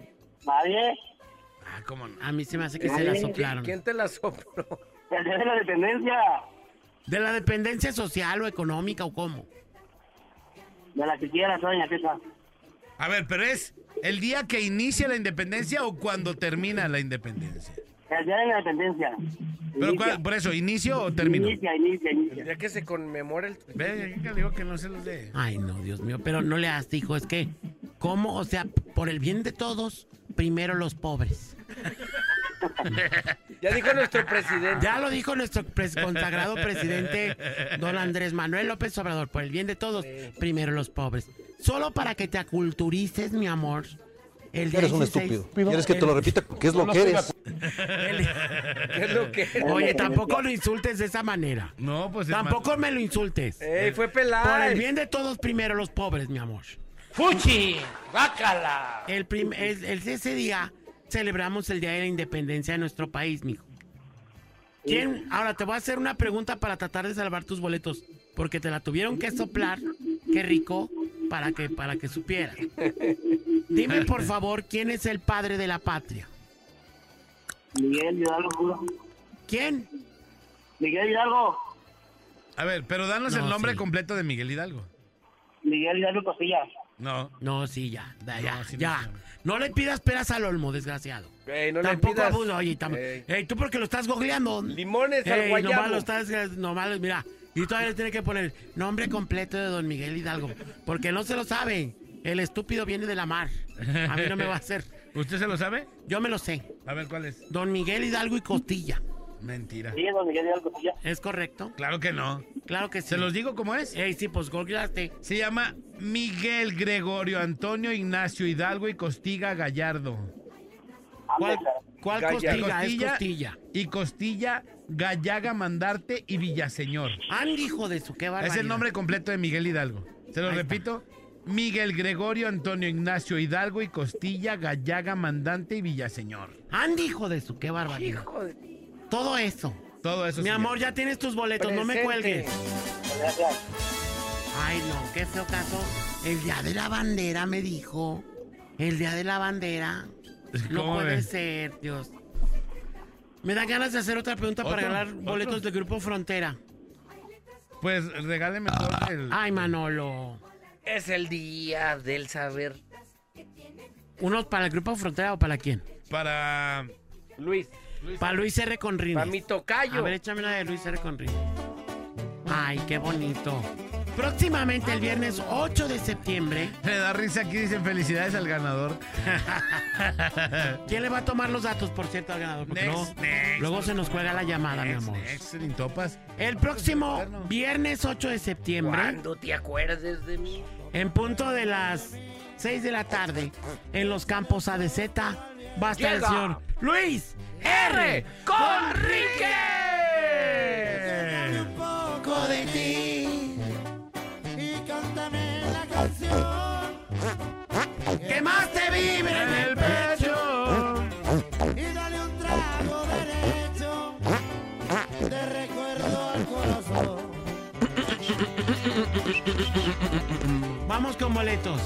Speaker 19: Nadie.
Speaker 3: Ah, ¿cómo no?
Speaker 4: A mí se me hace que se la soplaron.
Speaker 5: ¿Quién te la sopló?
Speaker 19: El día de la independencia.
Speaker 4: ¿De la dependencia social o económica o cómo?
Speaker 19: De la que quieras, doña Peca.
Speaker 3: A ver, pero es el día que inicia la independencia o cuando termina la independencia.
Speaker 19: El día de la independencia.
Speaker 3: Pero ¿cuál- por eso, ¿inicio o termino?
Speaker 19: Inicia, inicia, inicia.
Speaker 5: El día que se conmemora el.
Speaker 3: Ve, ya que le digo que no se los dé.
Speaker 4: Ay, no, Dios mío, pero no le hagas, hijo, es que, ¿cómo? O sea, por el bien de todos, primero los pobres.
Speaker 5: Ya dijo nuestro presidente.
Speaker 4: Ya lo dijo nuestro pres- consagrado presidente, don Andrés Manuel López Obrador, por el bien de todos, primero los pobres. Solo para que te aculturices, mi amor. El día
Speaker 21: Eres un
Speaker 4: 16.
Speaker 21: estúpido. ¿Quieres que te lo
Speaker 4: El-
Speaker 21: repita? Porque es lo que eres.
Speaker 4: ¿Qué
Speaker 5: es lo que eres?
Speaker 4: Oye, tampoco lo insultes de esa manera.
Speaker 3: No, pues.
Speaker 4: Tampoco me lo insultes.
Speaker 5: Ey, fue pelada.
Speaker 4: Por el bien de todos, primero los pobres, mi amor. ¡Fuchi! ¡Bácala! El prim- el- el- ese día celebramos el Día de la Independencia de nuestro país, mijo. ¿Quién? Ahora te voy a hacer una pregunta para tratar de salvar tus boletos, porque te la tuvieron que soplar, qué rico, para que, para que supieras. Dime, por favor, ¿quién es el padre de la patria?
Speaker 19: Miguel Hidalgo.
Speaker 4: ¿Quién?
Speaker 19: Miguel Hidalgo.
Speaker 3: A ver, pero danos
Speaker 4: No,
Speaker 3: el nombre
Speaker 4: sí.
Speaker 3: completo de Miguel Hidalgo.
Speaker 19: Miguel Hidalgo Costilla.
Speaker 3: No.
Speaker 4: No, sí, ya, da, ya,
Speaker 3: sí, no,
Speaker 4: ya.
Speaker 3: sí,
Speaker 4: No le pidas peras al olmo, desgraciado.
Speaker 5: Ey, no le
Speaker 4: Tampoco
Speaker 5: pidas.
Speaker 4: abuso, oye, tam-
Speaker 5: Ey.
Speaker 4: Ey, tú porque lo estás googleando.
Speaker 5: Limones al
Speaker 4: Ey,
Speaker 5: guayabo.
Speaker 4: nomás lo estás, eh, nomás lo- mira. Y todavía le tiene que poner nombre completo de don Miguel Hidalgo. Porque no se lo sabe. El estúpido viene de la mar. A mí no me va a hacer.
Speaker 3: ¿Usted se lo sabe?
Speaker 4: Yo me lo sé.
Speaker 3: A ver, ¿cuál es?
Speaker 4: Don Miguel Hidalgo y Costilla.
Speaker 3: Mentira.
Speaker 19: Sí, don Miguel Hidalgo Costilla.
Speaker 4: ¿Es correcto?
Speaker 3: Claro que no.
Speaker 4: Claro que sí.
Speaker 3: ¿Se los digo cómo es?
Speaker 4: Ey, sí, pues googleaste.
Speaker 3: Se llama Miguel Gregorio Antonio Ignacio Hidalgo y Costiga Gallardo. ¿Cuál, cuál
Speaker 4: Gallardo.
Speaker 3: Costiga?
Speaker 4: Costilla es
Speaker 3: Y Costilla Gallaga Mandarte y Villaseñor.
Speaker 4: Andy, hijo de su, qué barbaridad.
Speaker 3: Es el nombre completo de Miguel Hidalgo. Se lo repito. Miguel Gregorio Antonio Ignacio Hidalgo y Costilla Gallaga Mandante y Villaseñor.
Speaker 4: Andy, hijo de su, qué barbaridad. Todo eso.
Speaker 3: Todo eso. sí,
Speaker 4: Mi amor, ya tienes tus boletos, no me
Speaker 5: Presente.
Speaker 4: cuelgues. Ay, no, qué feo caso. El día de la bandera me dijo. El día de la bandera. No
Speaker 3: ¿Cómo
Speaker 4: puede
Speaker 3: ves?
Speaker 4: ser, Dios. Me dan ganas de hacer otra pregunta para
Speaker 3: ¿Otro?
Speaker 4: ganar
Speaker 3: ¿Otro?
Speaker 4: boletos del Grupo Frontera.
Speaker 3: Pues regáleme mejor el.
Speaker 4: Ay, Manolo.
Speaker 5: Es el día del saber.
Speaker 4: ¿Unos para el Grupo Frontera o para quién?
Speaker 3: Para.
Speaker 5: Luis.
Speaker 4: Para Luis R. Conrines.
Speaker 5: Para mi tocayo.
Speaker 4: A ver, échame una de Luis R. Conrines. Ay, qué bonito. Próximamente el viernes 8 de septiembre.
Speaker 3: Me da risa aquí, dicen felicidades al ganador.
Speaker 4: ¿Quién le va a tomar los datos, por cierto, al ganador? Porque
Speaker 3: Next,
Speaker 4: luego-
Speaker 3: next.
Speaker 4: luego se nos cuelga la llamada, mi
Speaker 3: Next,
Speaker 4: amor.
Speaker 3: next, sin topas.
Speaker 4: El próximo viernes 8 de septiembre,
Speaker 5: Cuando te acuerdes de mí.
Speaker 4: en punto de las 6 de la tarde, en los campos ADZ, va a estar el
Speaker 3: Llega
Speaker 4: señor Luis R. Conrique.
Speaker 14: poco de ti y cántame la canción que más te vibra en el pecho y dale un trago derecho de recuerdo al corazón.
Speaker 4: Vamos con boletos.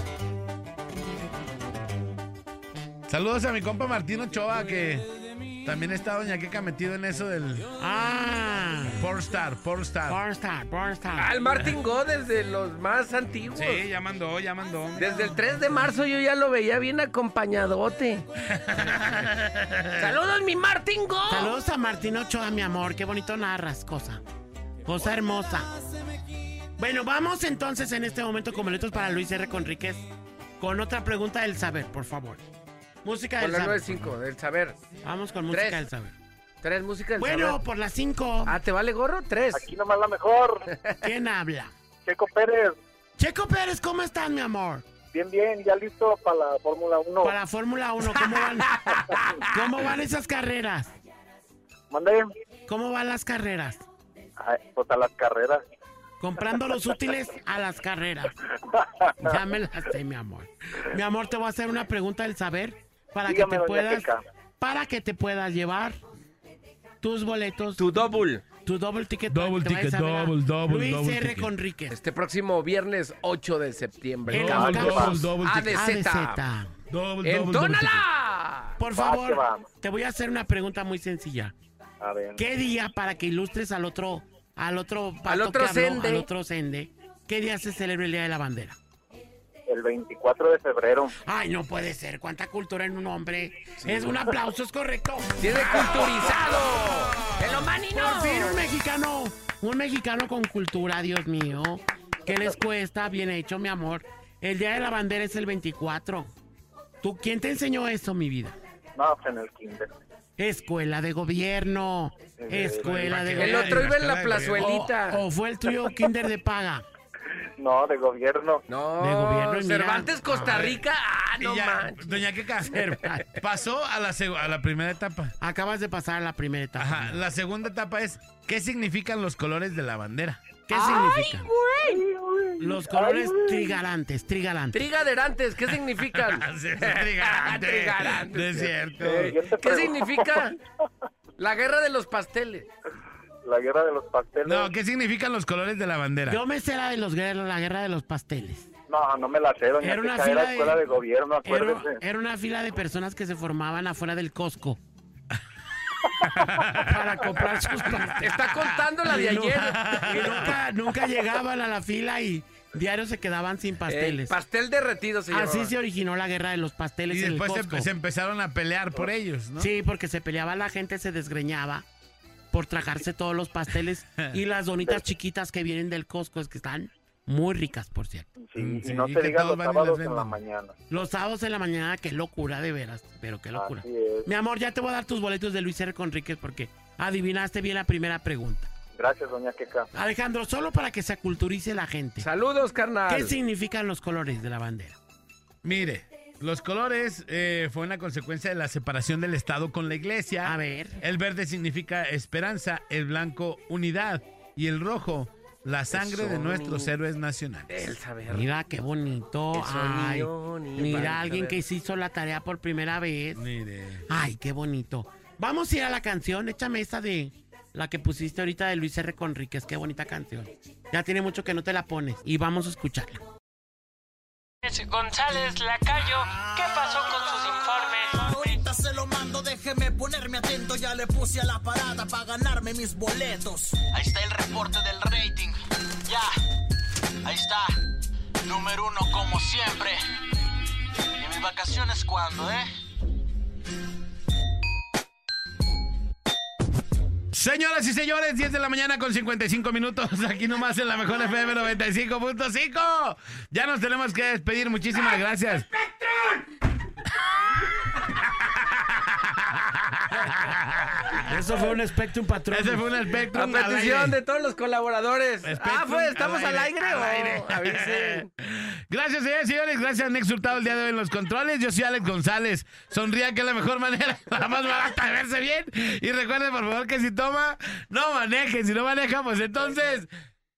Speaker 3: Saludos a mi compa Martín Ochoa, que también está Doña Queca metido en eso del.
Speaker 4: Ah.
Speaker 3: Pornstar, Pornstar.
Speaker 4: Pornstar, Pornstar.
Speaker 5: Al Ah, Martin Go desde los más antiguos.
Speaker 3: Sí, ya mandó, ya mandó.
Speaker 5: Desde el 3 de marzo yo ya lo veía bien acompañadote. Saludos, mi Martin Go.
Speaker 4: Saludos a Martín Ochoa, mi amor. Qué bonito narras, cosa. Cosa hermosa. Bueno, vamos entonces en este momento con boletos para Luis R. Conríquez con otra pregunta del saber, por favor. Música del
Speaker 5: Con la
Speaker 4: saber.
Speaker 5: 9-5, del saber.
Speaker 4: Vamos con música
Speaker 5: Tres.
Speaker 4: del saber.
Speaker 5: Tres músicas del
Speaker 4: Bueno,
Speaker 5: saber.
Speaker 4: por las 5.
Speaker 5: Ah, ¿te vale gorro? Tres.
Speaker 4: Aquí nomás la mejor. ¿Quién habla? Checo Pérez. Checo Pérez, ¿cómo estás, mi amor? Bien, bien, ya listo para la Fórmula 1. Para la Fórmula 1, ¿cómo van? ¿Cómo van esas carreras? Mandé. ¿Cómo van las carreras?
Speaker 19: Ay, pues a las carreras.
Speaker 4: Comprando los útiles a las carreras. Ya me las sé, mi amor. Mi amor, te voy a hacer una pregunta del saber para
Speaker 19: Dígame,
Speaker 4: que te
Speaker 19: doña
Speaker 4: puedas
Speaker 19: Teca.
Speaker 4: para que te puedas llevar tus boletos.
Speaker 5: Tu double.
Speaker 4: Tu double ticket.
Speaker 5: Double
Speaker 4: para que te vayas a ver a Luis R. Conríquez.
Speaker 5: Este próximo viernes 8 de septiembre.
Speaker 4: En los campos
Speaker 5: ADZ.
Speaker 4: ADZ.
Speaker 5: En Tónala.
Speaker 4: Por favor, te voy a hacer una pregunta muy sencilla.
Speaker 19: A ver.
Speaker 4: ¿Qué día para que ilustres al otro al otro pato
Speaker 19: Al otro
Speaker 4: que habló,
Speaker 19: sende.
Speaker 4: al otro sende? ¿Qué día se celebra el Día de la Bandera?
Speaker 19: El 24 de febrero.
Speaker 4: Ay, no puede ser. ¿Cuánta cultura en un hombre? Es un aplauso, es correcto. Ah.
Speaker 5: Tiene culturizado.
Speaker 4: ¡El Por fin un mexicano. Un mexicano con cultura, Dios mío. ¿Qué les cuesta? Bien hecho, mi amor. El Día de la Bandera es el 24. ¿Tú quién te enseñó eso, mi vida?
Speaker 19: No, pues en el kinder.
Speaker 4: Escuela de gobierno. Escuela de
Speaker 19: El
Speaker 4: gobierno.
Speaker 19: otro iba en la plazuelita.
Speaker 4: O, o fue el tuyo kinder de paga.
Speaker 19: No, de gobierno.
Speaker 5: No,
Speaker 4: De gobierno, y mira.
Speaker 5: Cervantes, Costa Rica. Ah, no
Speaker 3: Y ya,
Speaker 5: manches.
Speaker 3: Doña Queca, pasó a la, seg- a la primera etapa.
Speaker 4: Acabas de pasar a la primera etapa.
Speaker 3: Ajá, la segunda etapa es, ¿qué significan los colores de la bandera?
Speaker 4: ¿Qué significa? Los colores trigalantes, trigalantes.
Speaker 5: Trigaderantes, ¿qué significan?
Speaker 3: Trigaderantes.
Speaker 5: Trigaderantes.
Speaker 3: Es cierto.
Speaker 5: Eh, ¿Qué significa? La guerra de los pasteles.
Speaker 19: La guerra de los pasteles.
Speaker 3: No, ¿qué significan los colores de la bandera?
Speaker 4: Yo me sé la de los guerra- la guerra de los pasteles.
Speaker 19: No, no me la sé, doña
Speaker 4: Era una
Speaker 19: Teca, era
Speaker 4: fila de-
Speaker 19: escuela de, gobierno,
Speaker 4: Era,
Speaker 19: acuérdese.
Speaker 4: era una fila de personas que se formaban afuera del Costco. para comprar sus pasteles.
Speaker 5: Está contando la de
Speaker 4: Y nu-
Speaker 5: ayer.
Speaker 4: y nunca, nunca llegaban a la fila y diario se quedaban sin
Speaker 5: Eh,
Speaker 4: pasteles.
Speaker 5: pastel derretido se llama.
Speaker 4: Así se originó la guerra de los pasteles
Speaker 3: Y
Speaker 4: en el
Speaker 3: después
Speaker 4: Costco.
Speaker 3: se, se empezaron a pelear por ellos, ¿no?
Speaker 4: Sí, porque se peleaba la gente, se desgreñaba por tragarse todos los pasteles y las donitas chiquitas que vienen del Costco, es que están muy ricas, por cierto.
Speaker 19: Sí, y
Speaker 3: Sí,
Speaker 19: no
Speaker 3: y
Speaker 19: se
Speaker 3: que
Speaker 19: diga
Speaker 3: todos
Speaker 19: los
Speaker 3: van y las
Speaker 19: sábados en la
Speaker 3: venden.
Speaker 19: mañana.
Speaker 4: Los sábados en la mañana, qué locura, de veras, pero qué locura.
Speaker 19: Así es.
Speaker 4: Mi amor, ya te voy a dar tus boletos de Luis R. Conríquez porque adivinaste bien la primera pregunta.
Speaker 19: Gracias, doña Queca.
Speaker 4: Alejandro, solo para que se aculturice la gente.
Speaker 5: Saludos, carnal.
Speaker 4: ¿Qué significan los colores de la bandera?
Speaker 3: Mire, los colores eh, fue una consecuencia de la separación del Estado con la Iglesia. A
Speaker 4: ver.
Speaker 3: El verde significa esperanza, el blanco unidad y el rojo la sangre de
Speaker 5: Eso,
Speaker 3: nuestros
Speaker 5: mi-
Speaker 3: héroes nacionales.
Speaker 5: El saber.
Speaker 4: Mira qué bonito.
Speaker 5: Eso,
Speaker 4: Ay,
Speaker 5: niño, niño,
Speaker 4: mira,
Speaker 5: para
Speaker 4: alguien
Speaker 5: saber.
Speaker 4: que se hizo la tarea por primera vez.
Speaker 3: Mire.
Speaker 4: Ay, qué bonito. Vamos a ir a la canción. Échame esa de la que pusiste ahorita de Luis R. Conríquez. Qué bonita canción. Ya tiene mucho que no te la pones. Y vamos a escucharla.
Speaker 22: González Lacayo, ¿qué pasó con sus informes?
Speaker 1: Ahorita se lo mando, déjeme ponerme atento. Ya le puse a la parada para ganarme mis boletos. Ahí está el reporte del rating. Ya, ahí está. Número uno, como siempre. ¿Y mis vacaciones cuándo, eh?
Speaker 3: Señoras y señores, 10 de la mañana con 55 minutos, aquí nomás en la mejor FM 95.5. Ya nos tenemos que despedir, muchísimas gracias.
Speaker 4: Eso fue un Spectrum Patrón.
Speaker 3: Ese fue un
Speaker 5: A
Speaker 3: Spectrum. al
Speaker 5: petición
Speaker 3: aire.
Speaker 5: de todos los colaboradores. ah,
Speaker 3: Spectrum
Speaker 5: pues, ¿estamos al aire,
Speaker 3: al
Speaker 5: o
Speaker 3: aire.
Speaker 5: avisen?
Speaker 3: Gracias, señores y señores. Gracias, Nex Hurtado, el día de hoy en los controles. Yo soy Alex González. Sonría que es la mejor manera, la más barata de verse bien. Y recuerde, por favor, que si toma, no maneje. Si no maneja, pues entonces...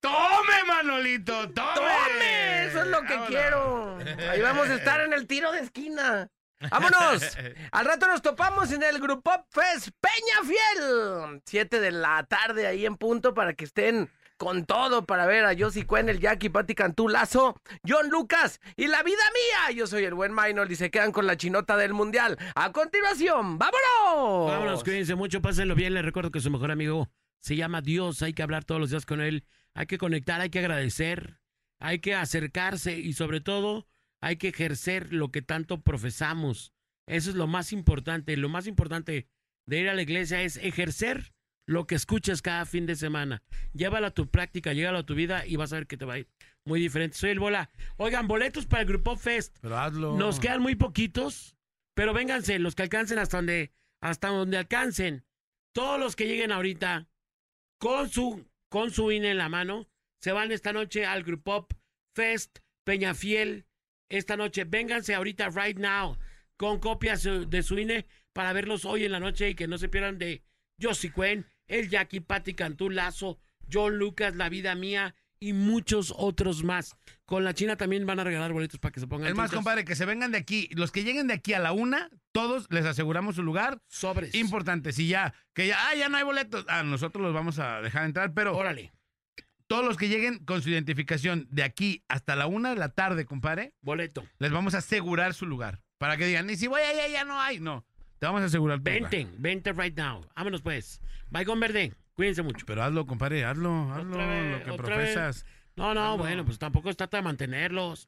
Speaker 3: ¡Tome, Manolito! ¡Tome!
Speaker 5: ¡Tome! Eso es lo que quiero. Ahí vamos a estar en el tiro de esquina. ¡Vámonos! Al rato nos topamos en el Grupo Fest Peña Fiel. Siete de la tarde ahí en punto para que estén con todo para ver a Josie Cuen, el Jackie, Pati Cantú, Lazo, John Lucas y la vida mía. Yo soy el buen Minor y se quedan con la chinota del mundial. A continuación, ¡vámonos!
Speaker 4: Vámonos, cuídense mucho, pásenlo bien. Les recuerdo que su mejor amigo se llama Dios. Hay que hablar todos los días con él. Hay que conectar, hay que agradecer, hay que acercarse y sobre todo hay que ejercer lo que tanto profesamos. Eso es lo más importante. Lo más importante de ir a la iglesia es ejercer lo que escuchas cada fin de semana. Llévalo a tu práctica, llévalo a tu vida y vas a ver que te va a ir muy diferente. Soy el Bola. Oigan, boletos para el Grupo Fest.
Speaker 3: Pero hazlo.
Speaker 4: Nos quedan muy poquitos, pero vénganse, los que alcancen hasta donde, hasta donde alcancen. Todos los que lleguen ahorita con su, con su INE en la mano, se van esta noche al Grupop Fest Peñafiel. Esta noche, vénganse ahorita, right now, con copias eh, de su INE para verlos hoy en la noche y que no se pierdan de Josie Cuen, el Jackie, Patti Cantú, Lazo, John Lucas, La Vida Mía y muchos otros más. Con la China también van a regalar boletos para que se pongan
Speaker 3: Es más,
Speaker 4: truchas.
Speaker 3: compadre, que se vengan de aquí. Los que lleguen de aquí a la una, todos les aseguramos su lugar.
Speaker 4: Sobres.
Speaker 3: Importante. Si ya, que ya, ah, ya no hay boletos. Ah, nosotros los vamos a dejar entrar, pero.
Speaker 4: Órale.
Speaker 3: Todos los que lleguen con su identificación de aquí hasta la una de la tarde, compadre.
Speaker 4: Boleto.
Speaker 3: Les vamos a asegurar su lugar. Para que digan, y si voy allá, ya no hay. No. Te vamos a asegurar. tu lugar.
Speaker 4: Vente, vente right now. Vámonos pues. Bye con verde. Cuídense mucho.
Speaker 3: Pero hazlo, compadre, hazlo, hazlo,
Speaker 4: vez,
Speaker 3: lo que
Speaker 4: otra vez.
Speaker 3: profesas. Ah,
Speaker 4: No, no,
Speaker 3: Hazlo.
Speaker 4: bueno, pues tampoco se trata de mantenerlos.